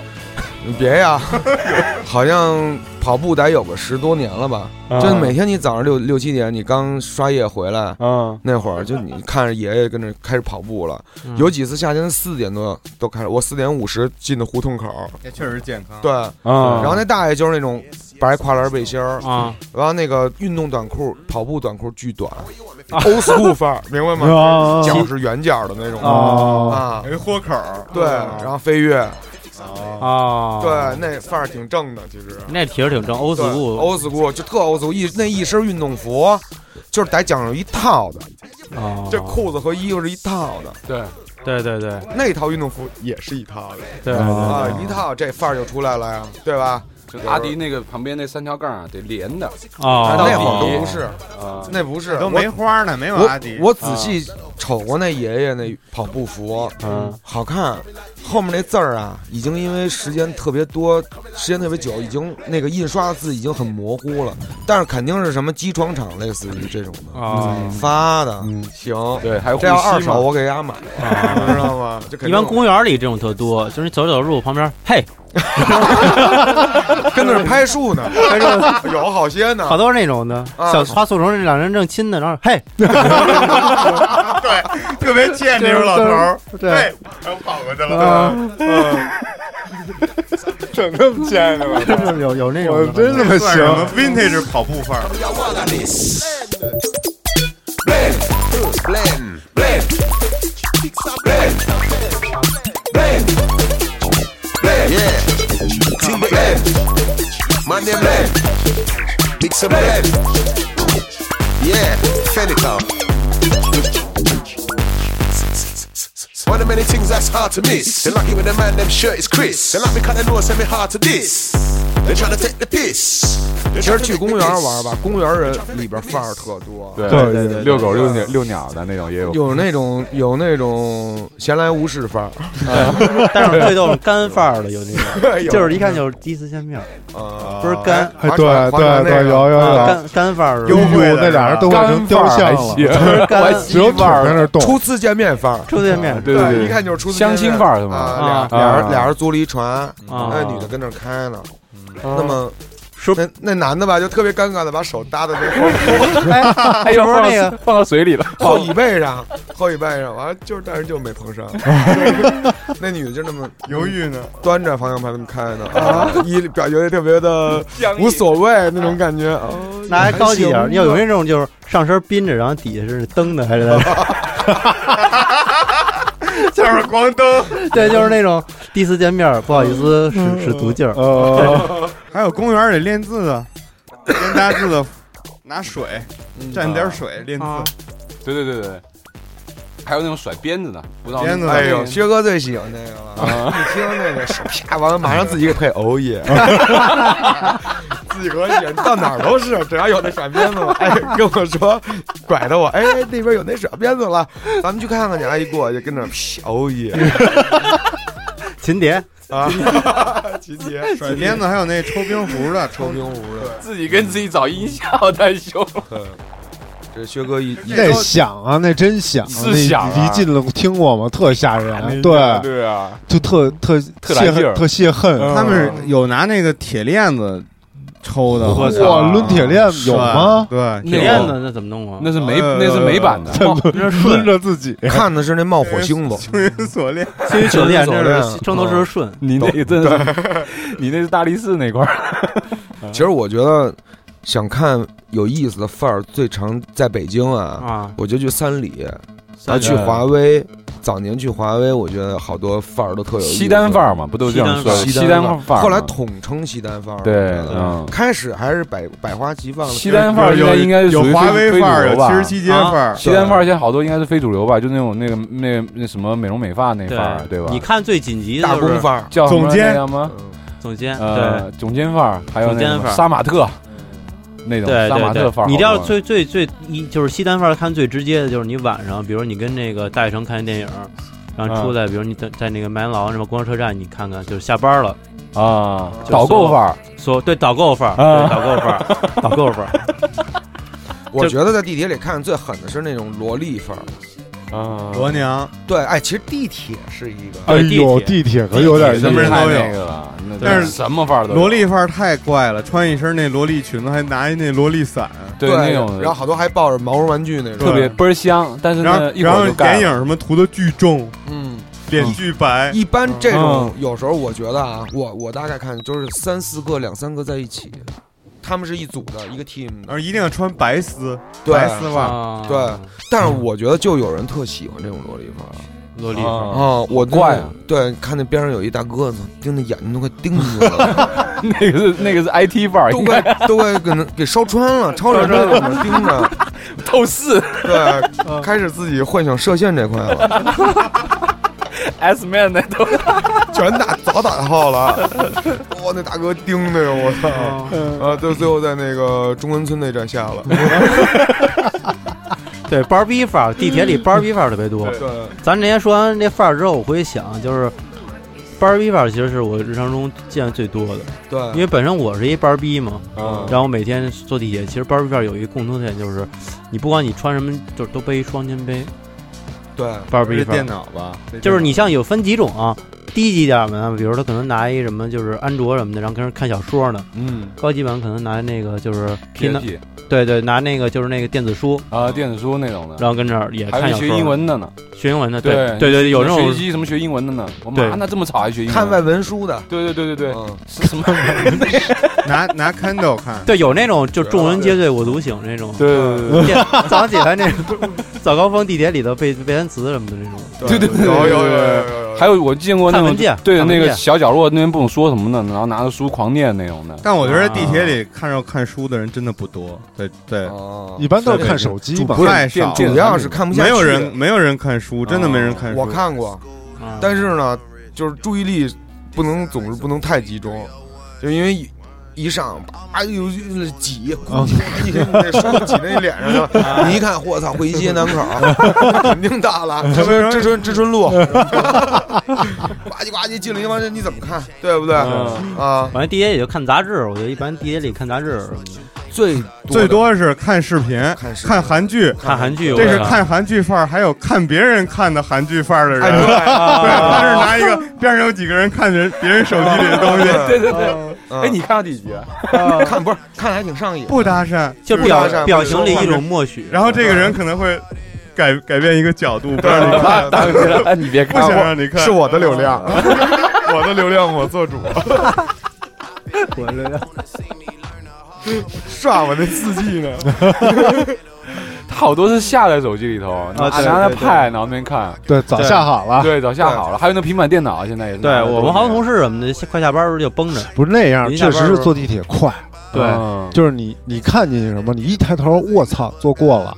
A: 你别呀， 好像跑步得有个十多年了吧？
C: 啊
A: 真每天你早上六六七点，你刚刷夜回来
D: 嗯，
A: 那会儿，就你看着爷爷跟着开始跑步了。
B: 嗯
A: 有几次夏天四点多都开始，我四点五十进的胡同口，
E: 也确实健康。
A: 对，
D: 啊
C: 哦
A: 然后那大爷就是那种白跨栏背心儿，
B: 啊，
A: 然后那个运动短裤、跑步短裤巨短，old school 范儿，明白吗？
C: 啊
A: 脚是圆角的那种
C: 啊，
A: 啊，
E: 有一豁口儿，啊
A: 对，然后飞跃，
B: 哦，
A: 对，，那范儿挺正的，其实。
B: 那体式挺正，欧
A: 对
B: 子固
A: old school 就特 old school，一那一身运动服，就是得讲究一套的，
B: 哦，
A: 这裤子和衣服是一套的，
D: 对，
B: 对对对
A: 那套运动服也是一套的
B: 对
C: 啊
B: 对，
A: 啊，一套这范儿就出来了呀，对吧？
D: 就阿迪那个旁边那三条杠啊，得连的
B: 哦，
A: 那
D: 底
A: 会儿都不是，
D: 啊，
A: 那不是，
E: 都
A: 我
E: 没花呢，没 有阿迪
A: 我。我仔细瞅过那爷爷那跑步服，
D: 嗯
A: 好看，后面那字儿啊，已经因为时间特别多，时间特别久，已经那个印刷的字已经很模糊了。但是肯定是什么机床厂类似于这种的
F: 嗯
B: 啊，
A: 发的，行，
D: 对，还有
A: 这要二
D: 护膝嘛
A: 手我给大家买，知道吗？就肯定
B: 一般公园里这种特多，就是你走着走着路旁边，嘿，
A: 跟那儿拍树呢，哎有好些呢
F: 好。多那种的，
A: 啊
F: 小花树丛这两人正亲呢，然后嘿，
E: 特别欠这种老头儿，
F: 对，
E: 然后跑过去了。
F: 啊，
E: 整这么欠的 吗？
F: 就是 有有那种的，
E: 这么行？Vintage 跑步范儿，
I: Team Blend. My name Blend. Big Sam Blend. Yeah, Fenical. One of many things that's hard to miss. They lucky with the man, them shirt is Chris. They like me cut the nose, send me hard to this. They tryna take the piss. They
A: 其实
I: tryna
A: 去
I: take
A: 公
I: the
A: 园
I: piss.
A: 玩吧，公园人里边范儿特多，
D: 对
C: 对对对
D: 遛狗遛鸟遛鸟的那种也有，
A: 有那种有那种闲来无事范儿，
F: 但是最逗是干范儿的，有那种， 就是一看就是第一次见面，
A: 啊，
F: 不是干
A: 哎
C: 哎，
A: 划
C: 对
A: 船划
C: 对
A: 船那
C: 对，
A: 个
C: 有有
F: 啊
C: 有，
F: 干干范儿的，
E: 优
C: 哎
E: 惠
C: 呦
E: 的
C: 那俩人都换
D: 干范
C: 成雕
D: 儿还
C: 像了，
D: 行，
F: 干
D: 我
C: 只有腿在那儿动。
A: 初次见面范儿，
F: 初见面，
D: 对对
A: 一
D: 对，
A: 看就是初次
D: 相亲范
A: 儿
D: 儿是吗？
A: 啊，俩俩人俩人租了一船，
B: 啊
A: 那女的跟那儿开呢，
B: 啊
A: 那么。
B: 说
A: 那那男的吧，就特别尴尬的把手搭在那后
D: 哎呦，放到放到水里了，
A: 后椅背上，后椅背上，完了就是但是就没碰上。那女的就那么
E: 犹豫呢。
A: 端着方向盘那么开呢，啊，一表觉得特别的无所谓那种感觉啊。
F: 那还高级点儿，要有那种就是上身宾着，然后底下是蹬的，还是
E: 下面光灯，
F: 对，就是那种第一次见面不好意思
D: 嗯
F: 使使足劲儿，
D: 哦
C: 呃，
E: 还有公园里练字的，练大字的，拿水蘸点水练字。
D: 对对对对，还有那种甩鞭子的，不知道
E: 鞭子
A: 哎呦，薛哥最喜欢那个了，一听那个手啪，完了马上自己给配哦耶，自己和解到哪儿都是，只要有那甩鞭子了，哎，跟我说拐的我，哎，那边有那甩鞭子了，咱们去看看去。哎，一过去跟那儿啪哦耶
F: 秦蝶
A: 啊，齐 杰
E: 甩鞭子还有那抽冰壶的，抽
A: 冰壶的，
D: 自己跟自己找音效，太凶了。
A: 这薛哥一一
C: 那响啊，那真响，
D: 是响啊
C: 那离近了听过吗？特吓人，对，
D: 对啊，
C: 就特特
D: 特来
C: 泄
D: 劲儿
C: 恨，特泄恨。
E: 他们有拿那个铁链子抽的，
D: 我操
C: 哇，抡铁链
E: 是
C: 有吗？
E: 对，
B: 铁链子那怎么弄啊？
D: 那是美
E: 呃
D: 那是美版的，
F: 那是
C: 抡
F: 顺，
C: 着自己，
A: 看的是那冒火星子，
E: 青云锁链，
B: 啊
F: 所以酒店真
A: 走
F: 是
A: 量
F: 争头
D: 嗯
F: 时顺，
D: 你那个真是，你那是大力士那块儿，
A: 其实我觉得想看有意思的范儿，最常在北京
D: 嗯
A: 啊，
B: 啊，
A: 我就去三里，他
D: 里
A: 去华威，早年去华威，我觉得好多范儿都特有意思
D: 西单范儿嘛，不都这样说的？
A: 西
D: 西
A: 单
D: 单
A: 范儿
D: 范儿嘛，
A: 后来统称西单范儿。我
D: 对
A: 觉，得
D: 嗯，
A: 开始还是百百花齐放的。
D: 西单范儿应
E: 有
D: 该应该是
E: 有
D: 属于
E: 华
D: 非
E: 威
D: 非
E: 范儿，
D: 主
E: 有
D: 流
E: 七
D: 吧
E: 十七街范儿，
D: 西单范儿现在好多应该是非主流吧，就那种那个那那什么美容美发那范儿，对吧？
B: 你看最紧急的
A: 大
B: 就
A: 工
B: 是
A: 范儿，嗯
D: 叫什么
E: 总监
D: 那叫什么？
B: 总监，对
D: 呃，总监范儿，还有那
B: 总监
D: 个
B: 范儿
D: 杀马特那种
B: 对
D: 杀马
B: 对
D: 特范
B: 对，
D: 儿。
B: 你
D: 好
B: 要
D: 多
B: 最最最一就是西单范儿看最直接的就是你晚上，比如你跟那个大学城看一电影。然后出来，比如你在在那个麦当劳什么公交车站，你看看，就是下班了，
D: 啊，
B: 就
D: 导购范儿，
B: 说对导购范儿，
D: 啊
B: 对导购范儿，导购范儿，
A: 我觉得在地铁里看最狠的是那种萝莉范儿。
D: 啊，
B: 嗯
E: 罗娘，
A: 对，哎，其实地铁是一个，
C: 哎
B: 对地
C: 呦，
B: 铁
C: 地铁可有点意
E: 什么
C: 思
E: 人都有
D: 那个了，那
E: 但是
D: 什么范儿都有
E: 萝莉范儿太怪了，穿一身那萝莉裙子，还拿一那萝莉伞，
D: 对那种
A: 然后好多还抱着毛绒玩具那种，
D: 特别倍儿香，但是
E: 然后
D: 呢一会
E: 然
D: 儿
E: 后
D: 就干
E: 眼
D: 了
E: 影什么涂的巨重，
A: 嗯。
E: 脸巨白，
A: 一般这种
D: 嗯
A: 有时候我觉得啊，我我大概看就是三四个、两三个在一起，他们是一组的一个 team
E: 然后
A: 的，
E: 一定要穿白丝
A: 对
E: 白丝袜，
B: 啊
A: 对，但是我觉得就有人特喜欢这种萝莉范儿
B: 萝莉范儿，
D: 啊，
A: 啊，我真的
D: 怪啊
A: 对，看那边上有一大哥呢，盯着眼睛都快盯进去了，
D: 那个是那个是 IT 范儿，
A: 都
D: 应该
A: 快都快给那给烧穿了，超人都在那盯着，
D: 透视
A: 对，开始自己幻想射线这块了，
D: S man 那都
A: 全打早打号了，哇，那大哥盯的呀，我操，啊，就最后在那个中关村那站下了，
F: 对班儿逼范儿，地铁里班儿逼范儿特别多。
A: 对。
F: 咱之前说完这范儿之后，我回去想，就是
B: 班儿逼吧，其实是我日常中见的最多的，
A: 对，
B: 因为本身我是一班儿逼嘛，
A: 啊
B: 然后每天坐地铁，其实班儿逼吧有一个共同点就是，你不管你穿什么，就是都背一双肩背。
A: 对，
B: 班儿逼
E: 这
B: 吧
E: 电，脑吧，
B: 就是你像有分几种啊，低级点儿的，比如他可能拿一什么就是安卓什么的，然后跟人看小说呢；
D: 嗯，
B: 高级版可能拿那个就是听的，
D: PPT
B: 对对，拿那个就是那个电子书，
D: 啊，电子书那种的，
B: 然后跟这儿也
D: 还
B: 看
D: 有
B: 小说。
D: 学英，文的呢，
B: 学英文的，
D: 对
B: 对对，有这种
D: 学习什么学英文的呢？我
B: 对哦
D: 妈，那这么吵还学英文？
A: 看外文书的，
D: 对对对对对，
A: 嗯，
D: 是 什么？
E: 拿 拿 Kindle 看，
B: 对，有那种就众人皆醉我独醒那种。
D: 对
C: 嗯
D: 对对
B: 见早上起来那种早高峰地铁里头背背单词什么的那种。
D: 对对对，
E: 有有有有有。
D: 对还有我见过那
B: 看
D: 种
B: 文件
D: 对
B: 看
D: 那
B: 文
D: 个
B: 件
D: 小角落那边不懂说什么呢，然后拿着书狂念那种的。
E: 但我觉得地铁里看着看书的人真的不多，对对，
A: 哦
C: 一般都是看手机嘛
E: 不。太少，
A: 主要是看不下
E: 没
A: 去的，
E: 有人没有人看书，真的没
D: 哦
E: 人看书。
A: 我看过，
B: 啊
A: 但是呢，就是注意力不能总是不能太集中，就因为一一上叭又又挤，咕叽一给你那双挤那脸上去了， 你一看，我操，汇街南口 肯定到了，知春知春知春路，呱唧呱唧进了一帮人，你怎么看，对不对
B: 嗯
A: 啊？
B: 反正地铁也就看杂志，我觉得一般地铁里看杂志什么的，
A: 最
E: 最多是看视频、
A: 看视频
E: 看韩剧，
B: 看韩剧。
D: 啊
E: 这是
B: 我
E: 看韩剧范儿，还有看别人看的韩剧范儿的
A: 哎
E: 人。
A: 对，
E: 对，他是拿一个边上有几个人看人别人手机里的东西，
D: 对对
B: 哦
D: 对，
A: 嗯
D: 哎，你看到第几集啊？
A: 看不是看还挺上瘾，
E: 不搭讪。
B: 就
A: 不搭
B: 表
A: 讪
B: 表
A: 不
B: 情里一种默许，
E: 然后这个人可能会改改变一个角度，不让你看，
D: 当时了，哎，你别
E: 不
D: 看
E: 想
D: 我，
E: 让你看。
A: 我的流量，
E: 我的流量我做 主，
A: 刷我那四 G 呢。
D: 他好多是下在手机里
B: 啊
D: 头，拿
C: 对
D: 拿着
C: 对对
D: Pad 然后那边看，
C: 对，早下好了，
D: 对，早下好了。还有那平板电脑啊现在也是拿
B: 对
D: 着手机。
B: 我们好多同事什么的，下快下班的时候就绷着。
C: 不是那样，
B: 一下
C: 确
B: 班
C: 实
B: 儿
C: 是坐地铁快。
B: 对，
D: 嗯
C: 就是你，你看见什么，你一抬头，我操，坐过了。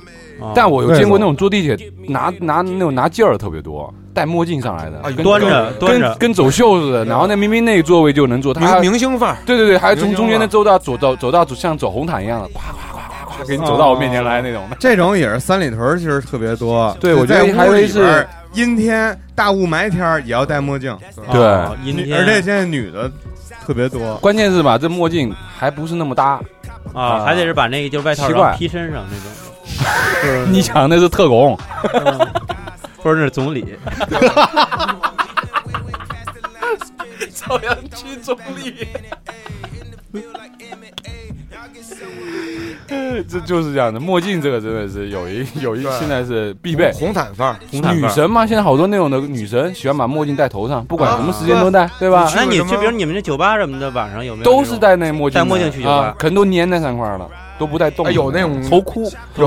D: 但我有见过那种坐地铁拿拿那种拿劲儿的特别多，戴墨镜上来的，跟
B: 端着端
D: 跟
B: 着，
D: 跟走秀似的，然后那明明那个座位就能坐，他
A: 明
D: 还
A: 明星范儿，
D: 对对对，还从
A: 明星
D: 中间的
A: 嘛
D: 走道走到走到走像走红毯一样的，啪啪啪啪啪给你走到我面前来那种的。
E: 这种也是三里屯儿，其实特别多。
D: 对
E: 就
D: 我觉得
E: 在屋
D: 还有一
E: 里
D: 是
E: 边儿阴天、大雾霾天儿也要戴墨镜，
B: 啊，阴
E: 女
B: 天
E: 而且现在女的特别多。
D: 关键是吧，这墨镜还不是那么搭，
B: 啊，还得是把那个就是外套
D: 奇
B: 然后
D: 怪
B: 披身上那种。
D: 你想那是特工，
B: 不是那是总理，
G: 朝阳区总理。
D: 这就是这样的。墨镜这个真的是有一有一
A: 对
D: 现在是必备。
A: 红毯范儿，
B: 毯范
D: 女
B: 儿
D: 神嘛，现在好多那种的女神喜欢把墨镜戴头上，不管什么时间都戴，对吧？
B: 那你
A: 什么
B: 就比如你们那酒吧什么的，晚上有没有那种？
D: 都是戴那墨镜的，
B: 戴墨镜去酒吧
D: 啊，可能都粘在上块儿了，都不带动的。
A: 哎有那种
D: 头箍，
A: 有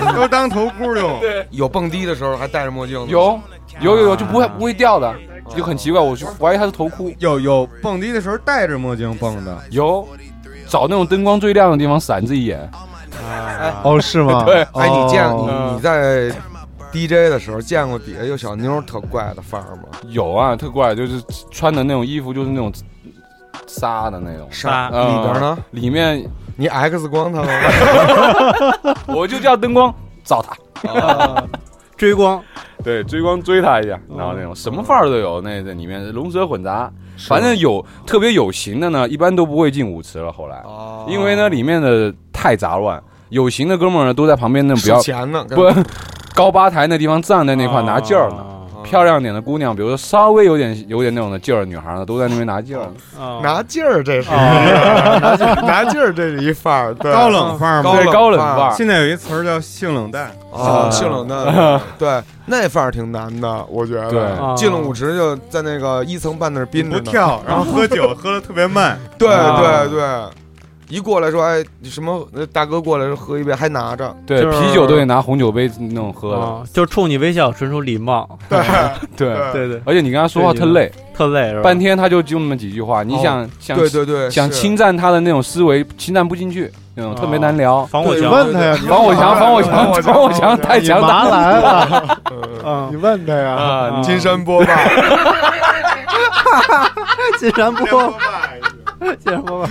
A: 蹦
E: 都当头箍用。
A: 有蹦迪的时候还戴着墨镜呢，
D: 有有有有就不会不会掉的，就很奇怪，我就怀疑它是头箍。
E: 有有蹦迪的时候戴着墨镜蹦的，
D: 有找那种灯光最亮的地方闪自己眼，
B: 啊
D: 哎
C: 哦，是吗？
D: 对
A: 哎，你见
C: 哦
A: 你你在 DJ 的时候见过底下有小妞儿特怪的范儿吗？
D: 有啊，特怪，就是穿的那种衣服就是那种纱的那种，
B: 纱
A: 啊里边呢？
D: 里面
A: 你 X 光他们吗？
D: 我就叫灯光 找他，
B: 追光，
D: 对，追光追他一下，然后那种什么范儿都有，那那里面龙蛇混杂， 反正有特别有型的呢，一般都不会进舞池了。后来，
A: 哦
D: 因为呢里面的太杂乱，有型的哥们儿呢都在旁边那不
A: 数
D: 要
A: 钱呢，跟
D: 不 高吧台那地方站在那
B: 啊
D: 块拿劲儿呢。
A: 哦
B: 呢，
D: 漂亮点的姑娘，比如说稍微有点有点那种的劲儿的女孩呢，都在那边拿劲儿呢。
B: 啊
A: 拿劲儿，这是 拿劲儿拿劲儿，这是一范儿，对
E: 高冷范儿嘛。
D: 对高冷范儿
E: 现在有一词儿叫性冷淡，
A: 啊，性冷 淡，对那范儿挺难的，我觉得。
B: 啊
A: 进了舞池就在那个一层半那儿憋
E: 不
A: 着呢，
E: 跳，然后喝酒喝的特别 慢，
A: 对
B: 啊
A: 对对，一过来说，哎，你什么呃大哥过来说喝一杯，还拿着，
D: 对，
B: 就是
D: 啤酒都得拿红酒杯那种喝的。
B: 啊，就冲你微笑，纯属礼貌。
A: 对
D: 对，
B: 对对，
D: 而且你跟他说话特累，
B: 特累是吧？
D: 半天他就就那么几句话，你想想
A: 对对对，
D: 想
A: 是
D: 侵占他的那种思维，侵占不进去，那种特别难聊。
B: 防火
C: 你
B: 墙，
C: 问他呀，
D: 防火墙，防火
E: 防火墙
D: 墙，防火墙太
C: 你
D: 强 大
C: 麻
D: 了
C: 来了，
B: 嗯
C: 你问他呀。
D: 啊！
A: 金山波霸，
B: 啊
F: 金山波， 金山波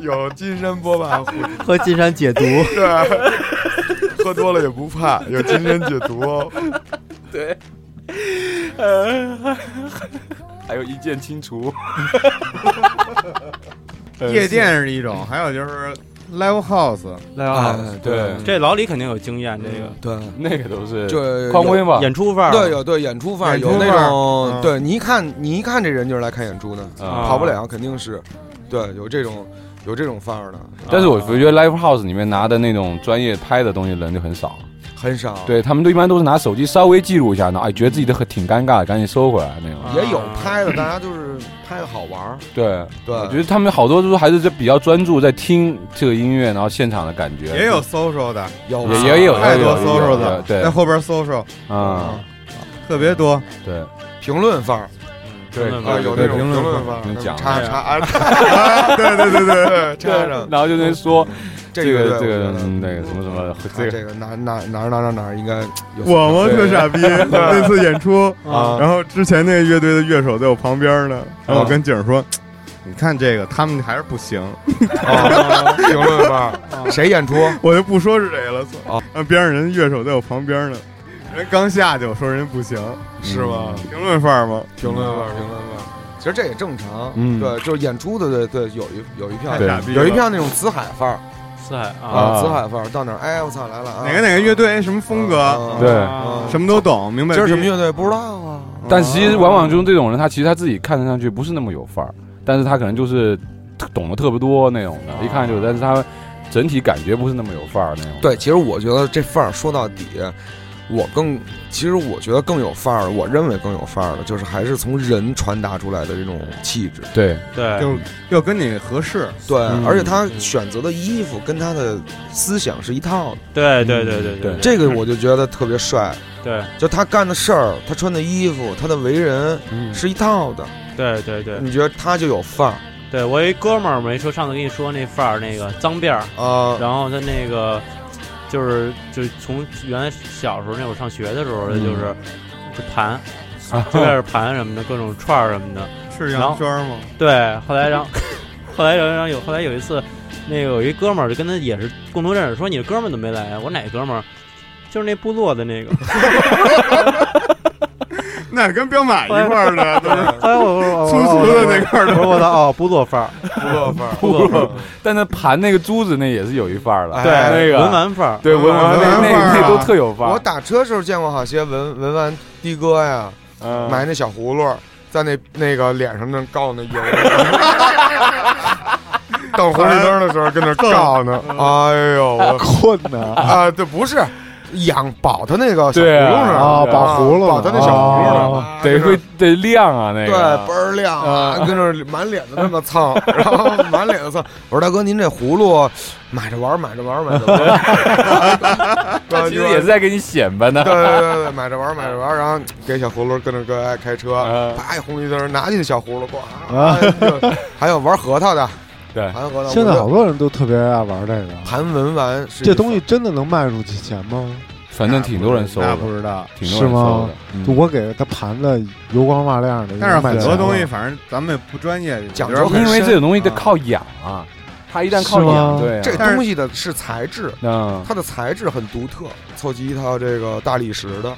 A: 有金山波霸护体，
F: 和金山解毒，
A: 对，喝多了也不怕，有金山解毒哦。
D: 对，还有一键清除，
E: 夜店是一种，还有就是 live house，嗯
B: 来
A: 哎
B: 啊！，
A: 对
B: 这老李肯定有经验，这个
A: 对，
D: 那个都是
A: 这
D: 匡威吧？
B: 演出范儿，
A: 对，有对演出范儿，
E: 演出
A: 有那
E: 范儿
A: 种
E: 嗯
A: 对你一看你一看这人就是来看演出的，
D: 啊
A: 跑不了肯定是，对，有这种有这种范儿的
D: 但是我
A: 啊
D: 觉得 live house 里面拿的那种专业拍的东西人就很少，
A: 很少，，
D: 对他们都一般都是拿手机稍微记录一下，然后哎觉得自己的很挺尴尬，赶紧收回来那种。
A: 也有拍的，大家就是拍的好玩儿，
D: 对，我觉
A: 对，
D: 得他们好多都还是就比较专注在听这个音乐，然后现场的感觉。
E: 也有 social 的，
A: 有
D: 也也有
E: 太多
D: 有有
E: social
D: 有有
E: 的，
D: 对
E: 在后边 social
D: 啊，
E: 特别多。
D: 对
A: 评论范儿
D: 对
B: 评论
A: 啊，
B: 范
A: 有
E: 对
A: 那种
E: 评
A: 评
E: 论
A: 论
E: 范
A: 范
D: 能
A: 儿，
D: 讲
A: 插
D: 一下
A: 插啊，对对对对，
D: 对
A: 插上
D: 然后就能说这
A: 个
D: 个这个
A: 我觉得
D: 嗯那个什么什么
A: 啊
D: 这个
A: 这个哪哪哪儿哪儿哪儿哪儿应该有
E: 我吗？
D: 对
E: 特傻逼， 那次演出，
A: 啊
E: 然后之前那个乐队的乐手在我旁边呢，然后我跟景儿说。你看这个，他们还是不行，
A: 啊评论范儿，谁演出？
E: 我就不说是谁了。
A: 啊
E: 操！然后边上人乐手在我旁边呢，人刚下去，我说人不行，
A: 是吗？
E: 评论范儿吗？
A: 评论范儿，评论范儿。其实这也正常，
D: 嗯
A: 对，就是演出的，对对，有一有一票
E: 太傻逼了
A: 有一票那种紫海范儿
B: 四海啊，
A: 啊，紫海范儿到哪儿，哎，我操，来了啊，
E: 哪个哪个乐队什么风格，
A: 啊
D: 对
A: 啊
E: 什么嗯都懂，明白？
A: 今儿什么乐队不知道啊，
D: 但其实往往就是这种人，他其实他自己看上去不是那么有范儿，但是他可能就是懂得特别多那种的，一看就，但是他整体感觉不是那么有范儿那种。
A: 对，其实我觉得这范儿说到底，我更其实我觉得更有范儿，我认为更有范儿的就是还是从人传达出来的这种气质，
D: 对
B: 对，
E: 就要跟你合适，
A: 对，
D: 嗯
A: 而且他选择的衣服跟他的思想是一套的，
B: 对对对对
D: 对
A: 嗯
D: 嗯
A: 这个我就觉得特别帅，
B: 对
A: 就他干的事儿，他穿的衣服，他的为人
D: 嗯
A: 是一套的。
B: 对对对
A: 你觉得他就有范儿
B: 对，我一哥们儿没说，上次跟你说那范儿那个脏辫儿，
A: 啊？
B: 然后他那个就是就是从原来小时候那会儿上学的时
A: 嗯
B: 候，他就是就盘，就 开始盘什么的，各种串儿什么的。
E: 是羊圈吗？
B: 对，后来然后 后来然后有后来有一次，那个有一哥们儿就跟他也是共同认识，说你的哥们儿怎么没来啊？我说哪哥们儿？就是那部落的那个。
E: 那跟彪马一块 儿的，都
A: 哦
E: 是
F: 哎，我我我
E: 粗粗的那块儿
F: 我
E: 的，
F: 说我的 哦，不做范儿，
E: 不过范儿。
B: 部落范儿
D: 但是盘那个珠子那也是有一范儿了，
A: 对
D: 哎那
B: 哎文
D: 个
B: 玩范 儿，
D: 对文玩那
E: 文玩范儿
D: 那
E: 啊
D: 那都特有范
A: 我
D: 儿。
A: 打车时候见过好些文文玩的哥呀，
D: 嗯
A: 买那小葫芦，在那那个脸上那告那 油，等红绿灯的时候跟那告呢。
D: 嗯
A: 哎呦， 我
C: 困呢
A: 啊，对，不是养保他那个小
D: 对
A: 葫
D: 啊
A: 芦呢
C: 啊，
A: 对
C: 保葫芦
A: 保他那小葫芦呢，啊
D: 哦得
A: 跟那
D: 会得亮啊那
A: 对，
D: 个
A: 倍。儿亮啊，跟着满脸的那么蹭，然后满脸的蹭。我说大哥，您这葫芦买着玩儿，买着玩儿，买着玩儿。
D: 他
A: 对
D: 其实也是。在给你显摆呢
A: 对。对对对，买着玩儿，买着玩儿，然后给小葫芦跟着哥哎开车
D: 嗯，
A: 啪红绿灯，拿起那小葫芦，哇！就还有玩核桃的，
D: 对
A: 还有核桃。
C: 现在好
A: 我觉
C: 多人都特别爱玩这个
A: 得，盘文玩是一
C: 这东西
A: 个
C: 真的能卖出去钱吗？
D: 反正挺多人收
E: 那
D: 的，
E: 不知道。
D: 挺多人收的。
C: 就
D: 嗯
C: 我给他盘的油光瓦亮的，
E: 但是
C: 卖
E: 很
C: 钱
E: 多
C: 了
E: 东西，反正咱们也不专业，
A: 嗯讲
E: 有点
A: 究很
D: 因为
A: 深
D: 这种东西得
E: 啊
D: 靠养啊，它一旦靠
C: 是吗
D: 养，对啊，
A: 这
E: 但是
A: 东西的是材质，
D: 嗯，
A: 它的材质很独特，凑齐一套这个大理石的，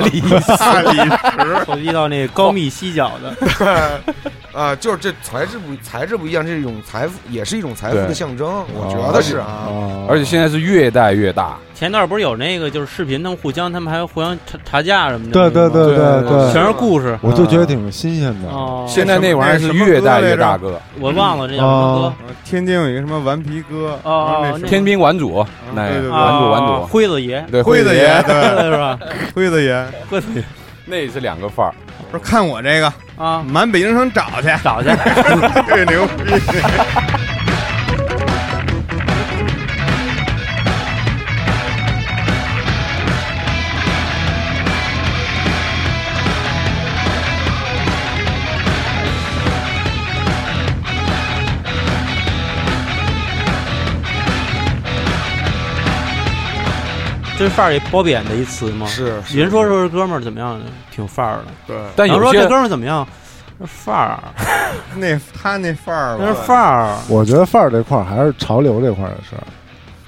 B: 理
E: 大理石
B: 手机到那高密犀角的，
A: 啊，就是这材质不材质不一样，这是一种财富，也是一种财富
D: 对
A: 的象征，我觉
D: 哦
A: 得是啊。
C: 啊，
D: 而且现在是越带越大，
B: 前段儿不是有那个就是视频，他们还互相他们还互相查查价什么的，
C: 对对对
D: 对
C: 对
B: 全是故事
C: 我就觉得挺新鲜的。
B: 哦。
D: 现在那玩意儿是越带越大个。
B: 我忘了这叫什么
E: 天津有一个什么顽皮哥，
B: 哦
E: 然后那
B: 那
E: 什
D: 天兵玩主，那
E: 对对
B: 歌，
E: 对
D: 玩主玩
B: 啊，
D: 主，
B: 辉子爷，
D: 对
E: 辉子爷，
B: 是
E: 对，
B: 吧？
E: 辉子爷
B: 辉子爷
D: 那也是两个范儿。
E: 说看我这个，
B: 啊，
E: 满北京城找去，
B: 找去。
E: 这牛逼。
B: 这范儿也褒贬的一词吗？
A: 是是
B: 人说说这哥们儿怎么样呢？挺范儿的。
D: 但
B: 然后
D: 有
B: 说
D: 些
B: 这哥们儿怎么样？那范儿，
E: 那他那范儿吧，
B: 那是范儿。
C: 我觉得范儿这块儿还是潮流这块儿的事儿，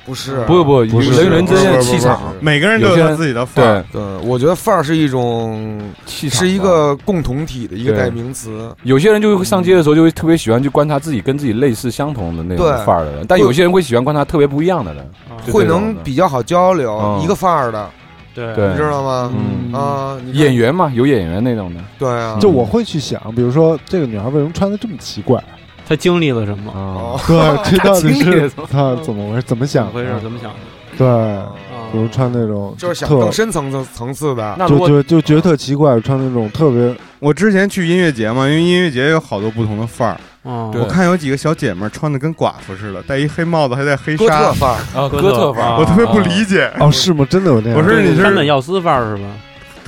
A: 不是，啊
D: 不不，
C: 不是
D: 人与人之间的
E: 不是
D: 气场，
A: 不是
E: 每个人都有他自己的范儿
D: 对，
A: 对，我觉得范儿是一种，
D: 气场
A: 是一
D: 吧
A: 个共同体的一个
D: 对
A: 代名词。
D: 有些人就会上街的时候，就会特别喜欢去观察自己跟自己类似相同的那种
A: 对
D: 范儿的人，但有些人会喜欢观察特别不一样的人，
B: 啊
D: 就
A: 会
D: 这种
A: 能
D: 的
A: 比较好交流
D: 嗯，
A: 一个范儿的，
B: 对
D: 对
A: 你知道吗？
D: 嗯
A: 啊，你看
D: 演员嘛，有演员那种的，
A: 对啊，
C: 就我会去想，比如说这个女孩为什么穿的这么奇怪？
B: 他经历了什么？
D: 啊
A: 哦，
C: 对，这到底
D: 经历了
C: 是
D: 什么
C: 她怎么回事？怎么
B: 怎
C: 想
B: 么
C: 的？
B: 回事？怎么想的？
C: 对，
B: 啊
C: 比如穿那种
A: 就是想
C: 特
A: 更深层次层次的，
D: 那如
C: 就
D: 果
C: 就就觉得特奇怪，穿那种特别哦
E: 我之前去音乐节嘛，因为音乐节有好多不同的范儿。
B: 嗯
D: 对
E: 我看有几个小姐妹儿穿的跟寡妇似的，戴一黑帽子，还戴黑
A: 哥特
E: 纱，
A: 范儿，
D: 啊
B: 哥
D: 哥特
B: 特
D: 范儿，
E: 我特别不理解，
C: 哦，是吗？真的有那样？
E: 我哎是你
B: 山本
E: 是
B: 耀司范儿是吧？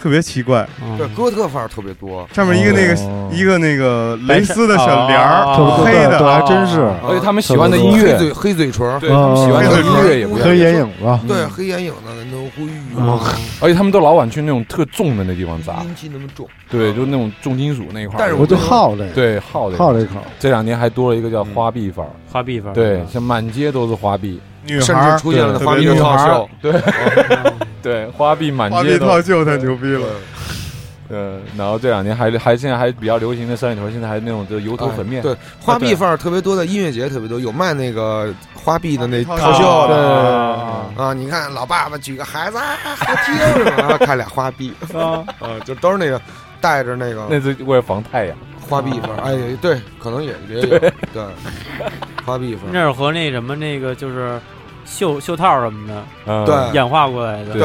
E: 特别奇怪。
B: 嗯
A: 对，哥特范儿特别多。
E: 上面一个那
C: 哦
E: 个一个那个蕾丝的小帘
B: 白
E: 儿，
C: 特
B: 哦
C: 别
E: 黑
C: 对
E: 的
C: 对，还真是
A: 哦
D: 啊，而且他们喜欢的音
A: 黑
D: 乐，
A: 嘴黑嘴唇儿，
D: 对嗯他们喜欢的
E: 嗯
D: 音乐也不一样
C: 黑眼影吧？
A: 对黑眼影的人都会
B: 嗯
D: 而且他们都老往去那种特重的那地方砸，
A: 阴气那么重，
D: 对，就那种重金属那一块儿。
A: 嗯但是
C: 我就好这个，
D: 对好的
C: 好这口，
D: 这两年还多了一个叫花臂范儿，
B: 花臂范儿
D: 对，像满街都是花臂，
E: 女
A: 甚
E: 孩
A: 至
E: 儿
A: 出现了
E: 对
A: 花
E: 特
A: 臂
E: 别
A: 的
E: 女
A: 套
E: 孩儿
A: 袖。
D: 对
A: 哦
D: 对，花臂满
E: 花
D: 街
E: 臂
D: 都
E: 套袖太牛逼了。
D: 呃，然后这两年还还现在还比较流行的三里屯，现在还那种就是油头粉面，
A: 哎对花臂范儿特别多，在音乐节特别多，有卖那个花臂的啊那
E: 套
A: 套袖
E: 袖
A: 的
D: 对
A: 啊。你看老爸爸举个孩子，啊，好听，然后看俩花臂，
D: 啊，
A: 啊，就都是那个带着那个
D: 那是为了防太阳，
A: 花臂范儿。哎，对，可能也也有对花臂范儿，
B: 那是和那什么那个就是袖袖套什么的
D: 嗯
A: 对
B: 演化过来的。
A: 对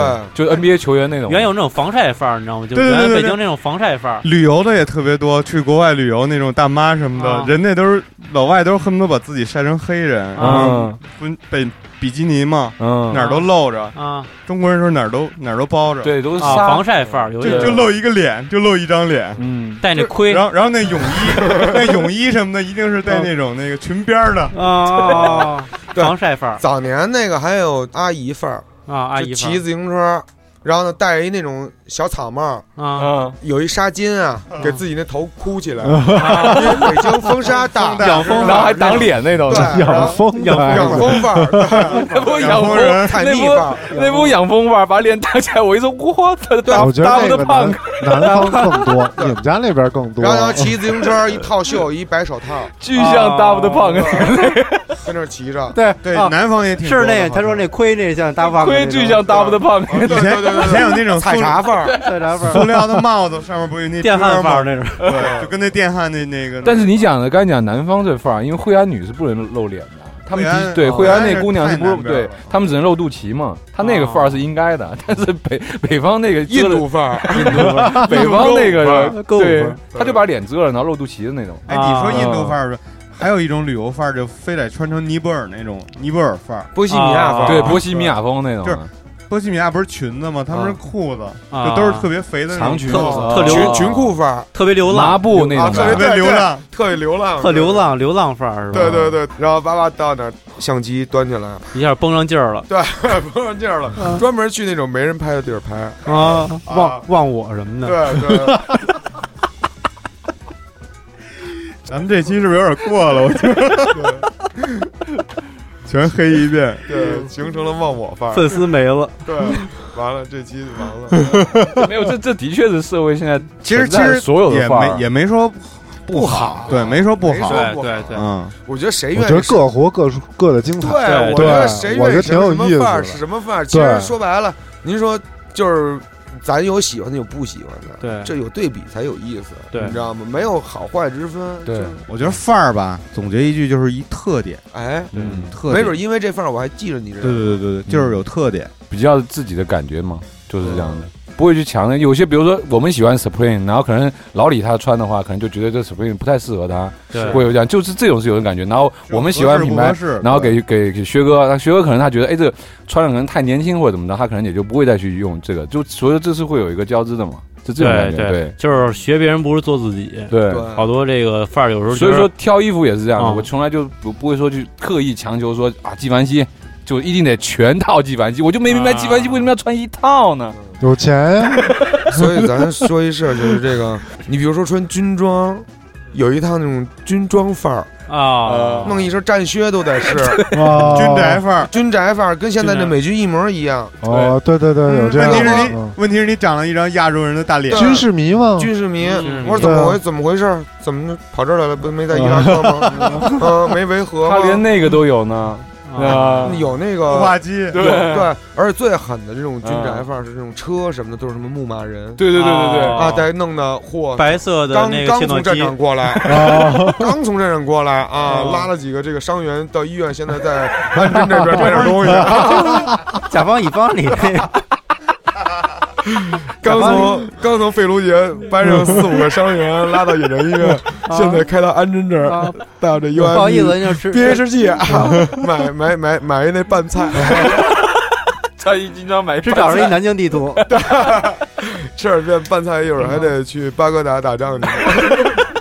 D: 就 NBA 球员那种，
B: 原有那种防晒范儿，你知道吗？就
E: 对对
B: 原来
E: 对对
B: 北京那种防晒范儿，
E: 旅游的也特别多，去国外旅游那种大妈什么的，
B: 啊
E: 人那都是老外，都是恨不得把自己晒成黑人，然后
D: 嗯
E: 不被比基尼嘛，
D: 嗯，
E: 哪儿都露着。
B: 啊
E: 中国人说哪儿都哪儿都包着，，
D: 对都是
B: 啊，
D: 沙
B: 防晒范儿，有
E: 就
B: 点
E: 就露一个脸，就露一张脸。
D: 嗯，
B: 戴那盔
E: 然后，然后那泳衣，那泳衣什么的，一定是带那种那个裙边儿的，
B: 啊，防晒范儿
A: 早年那个还有阿姨范儿，
B: 啊，阿
A: 就
B: 姨范
A: 骑自行车，然后呢戴一那种小草帽，
B: 儿啊，
D: 嗯，
A: 有一纱巾啊，给自己那头箍起来， 因为北京风沙大，
E: 养
B: 啊
E: 风
D: 然后还挡脸那 种，
A: 对
C: 养风的还
A: 养
C: 是，
A: 风范儿，
D: 那不
E: 养
D: 风
E: 蜂人。
A: 采蜜范儿，
D: 那不养蜂吧，把脸挡起来，我一说，我操，
A: 对
D: 打
C: 啊哎我觉
D: 打
C: 得
D: 我
C: 那
D: 的
C: 个
D: 胖
C: 南
D: 哥，
C: 南方更多， 你们家那边更多
A: 然。后然后骑自行车，一套袖，一白手套，
D: 巨像打我的胖哥，
A: 跟那儿骑着。
D: 对
E: 对，
D: 啊
E: 南方也挺多
F: 是
E: 的
F: 那个他说那盔那像大发，
D: 盔巨像打我的胖哥，
E: 以前以前有那种
A: 采茶范儿，
F: 大扎范
E: 塑
F: 儿，
E: 料的帽子，上面不是有那
B: 电焊
E: 吗
B: 范儿那种，
E: 对，就跟那电焊那那个。
D: 但是你讲的，刚才讲南方这范儿，因为惠安女是不能露脸的，他们
E: 惠安
D: 的对
E: 哦
D: 惠安那姑娘是不
E: 惠安是太南边
D: 对
E: 了，
D: 他们只能露肚脐嘛，她那个范儿是应该的，但是北北方那个
A: 印
D: 遮了
A: 度范儿，
D: 印度范儿北方那个
F: 够范儿
D: 对
F: 够范儿，
D: 他就把脸遮了，然后露肚脐的那种。
E: 哎，你说印度范儿，还有一种旅游范儿，就非得穿成尼泊尔那种尼泊尔范儿。
A: 波西米亚范
B: 啊
A: 儿，
D: 对，波西米亚风那种啊
E: 就是波西米亚不是裙子吗？他们是裤子，
B: 啊
E: 就都是特别肥的那
D: 长
E: 种
D: 裙
E: 裤
D: 子
E: 子，
B: 特流
A: 裙裙裤范儿，
B: 特别流
D: 麻
B: 浪，
D: 布那
A: 啊
D: 种
A: 特别
D: 的，
E: 特别流
A: 特别流浪，
E: 浪。
B: 特流。浪流浪范儿是吧？
A: 对对对，然后爸爸到那儿，相机端起来，
B: 一下绷上劲儿了
A: 对，不用劲儿了，专门去那种没人拍的地儿拍。
B: 啊，
E: 啊
B: 忘忘我什么的，
A: 对对，
E: 咱们这期是不是有点过了？我觉得 全黑一遍。
A: 对，形成了忘我范儿。
B: 粉丝没了，
A: 对，完了，这期完了。
D: 没有这这的确是社会现在
E: 其实
D: 存
E: 其
D: 在
E: 实
D: 所有的
E: 也
D: 范
E: 没
D: 儿，
E: 也没说不
A: 好
E: 对，没说不好。
A: 啊没说不好
B: 对
E: 嗯，
A: 我觉得谁
C: 我
A: 愿
C: 觉
A: 意
C: 得各活各各的精彩。
A: 对，我觉
C: 啊对
A: 得谁
C: 我觉
A: 愿意
C: 得
A: 什
C: 挺有
A: 么
C: 意思
A: 范儿
C: 的
A: 是什么范儿？其实
C: 对
A: 说白了，您说就是咱有喜欢的，有不喜欢的，
B: 对
A: 这有对比才有意思，
B: 对
A: 你知道吗？没有好坏之分，
D: 对
A: 就是，
E: 我觉得范儿吧，总结一句就是一特点，
A: 哎，
D: 嗯，
E: 特
A: 没
E: 点。
A: 准因为这范儿嗯我还记着你这
E: 对
A: 人，
E: 对对对对，就是有特点。
D: 比较自己的感觉嘛，就是这样
E: 嗯
D: 的，不会去强的。有些比如说我们喜欢 Supreme，然后可能老李他穿的话，可能就觉得这 Supreme 不太适合他，
B: 对
D: 会有这样，就是这种是有种感觉。然后我们喜欢品牌
E: 合，适不合适
D: 然后给给给薛哥，那薛哥可能他觉得哎这个穿的可能太年轻或者怎么着，他可能也就不会再去用这个，就所以说这是会有一个交织的嘛，就这种感觉，
B: 对嗯
D: 对，
B: 就是学别人不是做自己，
D: 对。
B: 好
A: 对，
B: 多这个范儿有时候
D: 所以
B: 觉
D: 说
B: 得
D: 挑衣服也是这样的，
B: 嗯
D: 我从来就不不会说去刻意强求说啊纪梵希就一定得全套纪梵希，我就没明白
B: 啊
D: 纪梵希为什么要穿一套呢？
C: 有钱呀，
A: 所以咱说一事儿就是这个，你比如说穿军装，有一套那种军装范儿，
B: 啊，
A: 弄一身战靴都得是
C: 哇
E: 哦军宅范儿。
A: 军宅范儿，跟现在那美军一模一样。
C: 哦，对对对，有这
E: 问
C: 样
E: 题
C: 的
E: 是你
C: 嗯，
E: 问题是你长了一张亚洲人的大脸
A: 对，
C: 军事迷吗？
A: 军事迷，
B: 嗯
A: 我说怎么回怎么回事儿？怎么跑这儿来了？不没在伊拉克吗？嗯，没维和
D: 他连
A: 吗？嗯
D: 那个都有呢，啊，
A: 有那
E: 孵
A: 个
E: 化机，
A: 有
D: 对对
A: 对，而且最狠的这种军宅
D: 啊
A: 范儿是这种车什么的都是什么牧马人
D: 对对对对对，
A: 啊，再弄的嚯，
B: 白色的
A: 刚
B: 那个
A: 刚
B: 电动
A: 从战 场
B: 机，
A: 过来，
C: 啊，
A: 刚从战场过来啊，
B: 哦
A: 拉了几个这个伤员到医院，现在在 南针这边买点东西，
F: 甲方乙 方里
A: 刚从刚从费卢杰搬上四五个伤员拉到野战医 院，啊现在开到安针这
E: 啊
A: 儿，到这 U
F: 不
A: M
F: 好意思，就是
A: 憋是剂啊，买买买买一那拌菜，
D: 他一经常买
F: 只找着一南京地 图，
A: 吃点面拌菜，一会儿还得去巴格达打仗去。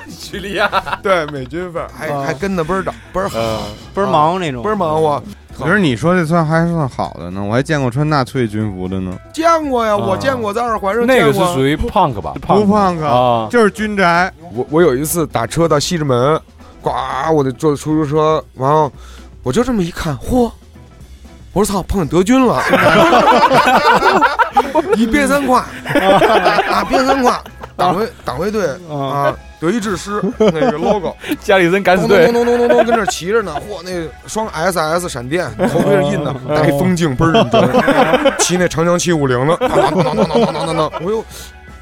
D: 叙利亚，
A: 对，美军范儿还还跟的倍儿早，倍儿狠，
F: 倍儿忙那种，
A: 倍儿忙活。
E: 我觉得你说这算还算好的呢，我还见过穿纳粹军服的呢，
A: 见过呀，
D: 啊
A: 我见过，在二环上
D: 那个
A: 见
D: 是
A: 过。
D: 属于 punk 吧？
E: 不胖哥，
D: 啊，
E: 就是军宅，
A: 我我有一次打车到西直门，呱，我得坐出租车，然后我就这么一看，嚯，我说操，碰见德军了， 一边三胯，啊，边三胯，党卫党卫队啊，德意志师那个 logo，
D: 加里森敢死
A: 咚咚
D: 队，
A: 咚咚咚咚跟那儿骑着呢，嚯，那双 SS 闪电头盔上印的，戴一风镜倍儿认真，骑那长江七五零的，啊当当当当当当当当，我又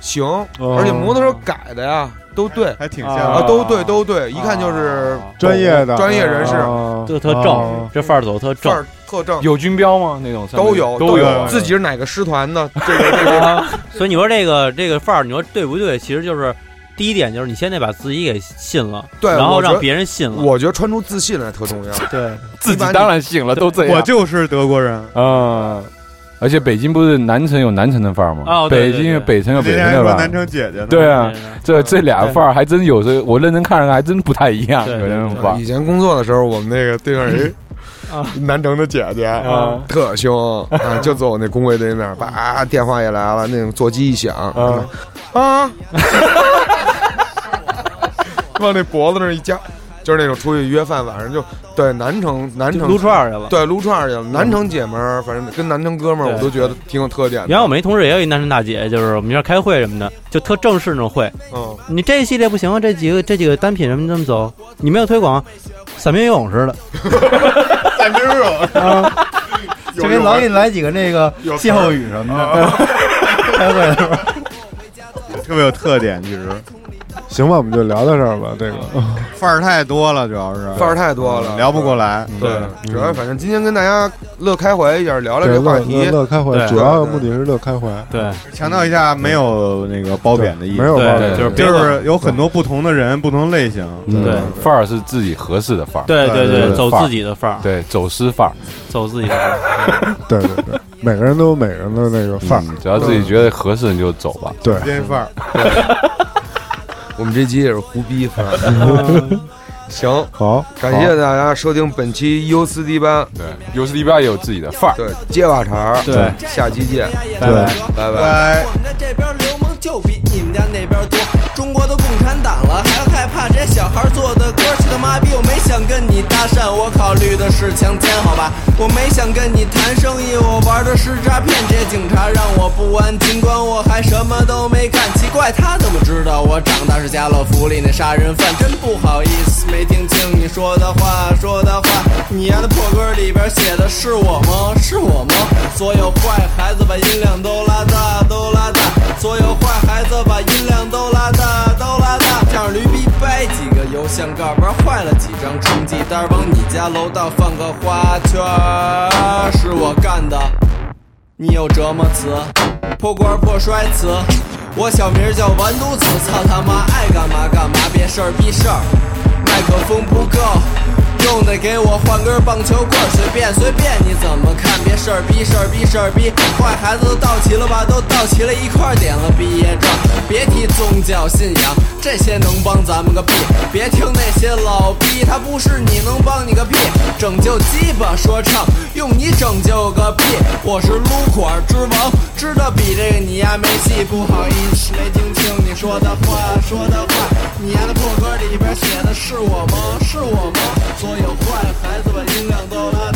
A: 行，
C: 哦
D: 哦
A: 而且摩托车改的呀都对。
E: 还挺
A: 啊，
E: 像
B: 啊
E: 的。
A: 都对，都对，一看就是
D: 啊
C: 专业的
A: 专业人士，
C: 啊
B: 特特
C: 啊
B: 正，这范儿走特
A: 范
B: 正，
A: 儿特正，
D: 有军标吗？那种上面
A: 都有
D: 都啊
E: 有
A: 自己是哪个师团的，这个这个
B: 所以你说这个这个范儿，你说对不对？其实就是第一点就是你先得把自己给信了，
A: 对
B: 然后
A: 我觉得
B: 让别人信了，
A: 我觉得穿出自信来特重要。
B: 对，
D: 自己当然信了，都这样。
E: 我就是德国人，
D: 嗯，而且北京不是南城有南城的范儿吗？
B: 哦对
D: 北
B: 对
D: 京有
B: 对
D: 北城有
E: 那
D: 北
E: 天
D: 城
E: 还
D: 的
E: 说
D: 范
E: 南
D: 儿。
E: 城姐姐呢，
D: 对啊，
B: 对
D: 这这俩范儿还真有时候，我认真看着还真不太一样，
B: 对
D: 有那种范儿
A: 以前工作的时候，我们那个对面有一
B: 啊
A: 南城的姐姐
D: 啊
A: 特凶啊，就坐我那工位对面，叭电话也来了，那种座机一响
D: 嗯
A: 啊， 往那脖子那儿一夹，就是那种出去约饭，晚上就对南城南
B: 就
A: 城
B: 撸串儿去了。嗯
A: 对，撸串儿去了。南城姐们儿，反正跟南城哥们儿，
B: 对
A: 我都觉得挺有特点的。
B: 原来我们一同事也有一男神大姐，就是我们一块儿开会什么的，就特正式那种会。
A: 嗯，
B: 你这一系列不行啊，这几个这几个单品什么这么走，你没有推广，散兵游泳似的，
E: 散兵肉，
F: 就给老给你来几个那个歇后语什么的，开会的时候。
E: 特别有特点。其实
C: 行吧，我们就聊到这儿吧。这个
E: 范儿太多了，主要是
A: 范儿太多了，嗯
E: 聊不过。来。
A: 对，主要反正今天跟大家乐开怀一点，聊聊这个话
C: 乐
A: 题。
C: 乐开怀，
B: 对
C: 主要目的是乐开怀，
B: 对
E: 强调一下，没有那个褒贬的意思，
C: 没有
B: 对
C: 包
B: 对，
C: 贬
B: 就是别
E: 就是有很多不同的人，不同类型。
D: 嗯
B: 对，
D: 范儿是自己合适的范儿，
B: 对对
E: 对
B: 对，
E: 对
B: 走
D: 范儿
B: 自己的范儿，
D: 对，走私范儿，
B: 走自己的范儿。
C: 对对对，每个人都有每个人的那个范儿
D: 嗯，只要自己觉得合适你就走吧。
C: 对，
E: 真范儿，
A: 我们这期也是胡逼，反正行，
C: 好，
A: 感谢大家收听本期 U 四 D 班。
D: 对，有时里边也有自己的范儿。
A: 对，接话茬儿。
B: 对，
A: 下期见，
C: 对。
A: 拜拜。
E: 拜。
J: 我们这边流氓就比你们家那边多，中国都共产党了，还要害怕这些小孩做的歌？去他妈逼！我没想跟你搭讪，我考虑的是强奸，好吧？我没想跟你谈生意，我玩的是诈骗。这警察让我不安，尽管我还什么都没干，奇怪他怎么知道我长大是家乐福里那杀人犯？真不好意思，没听清你说的话，说的话。你丫的破歌里边写的是我吗？是我吗？所有坏孩子把音量都拉大，都拉大。所有坏孩子把音量都拉大，都拉大。这样驴逼掰几个油箱盖，玩坏了几张成绩单，往你家楼道放个花圈儿，是我干的。你有折磨词，破罐破摔词。我小名叫完犊子，操他妈爱干嘛干嘛，别事儿逼事儿。麦克风不够，用得给我换根棒球棍儿，随便随便你怎么看，别事儿逼事儿逼事儿逼。坏孩子都到齐了吧？都到齐了，一块儿点了毕业证。别提宗教信仰，这些能帮咱们个屁！别听那些老逼，他不是你能帮你个屁！拯救鸡巴说唱，用你拯救个屁！我是撸管之王，知道比这个你丫没戏。不好意思，没听清你说。说的话，说的话，你丫的破歌里边写的是我吗？是我吗？所有坏孩子把音量都拉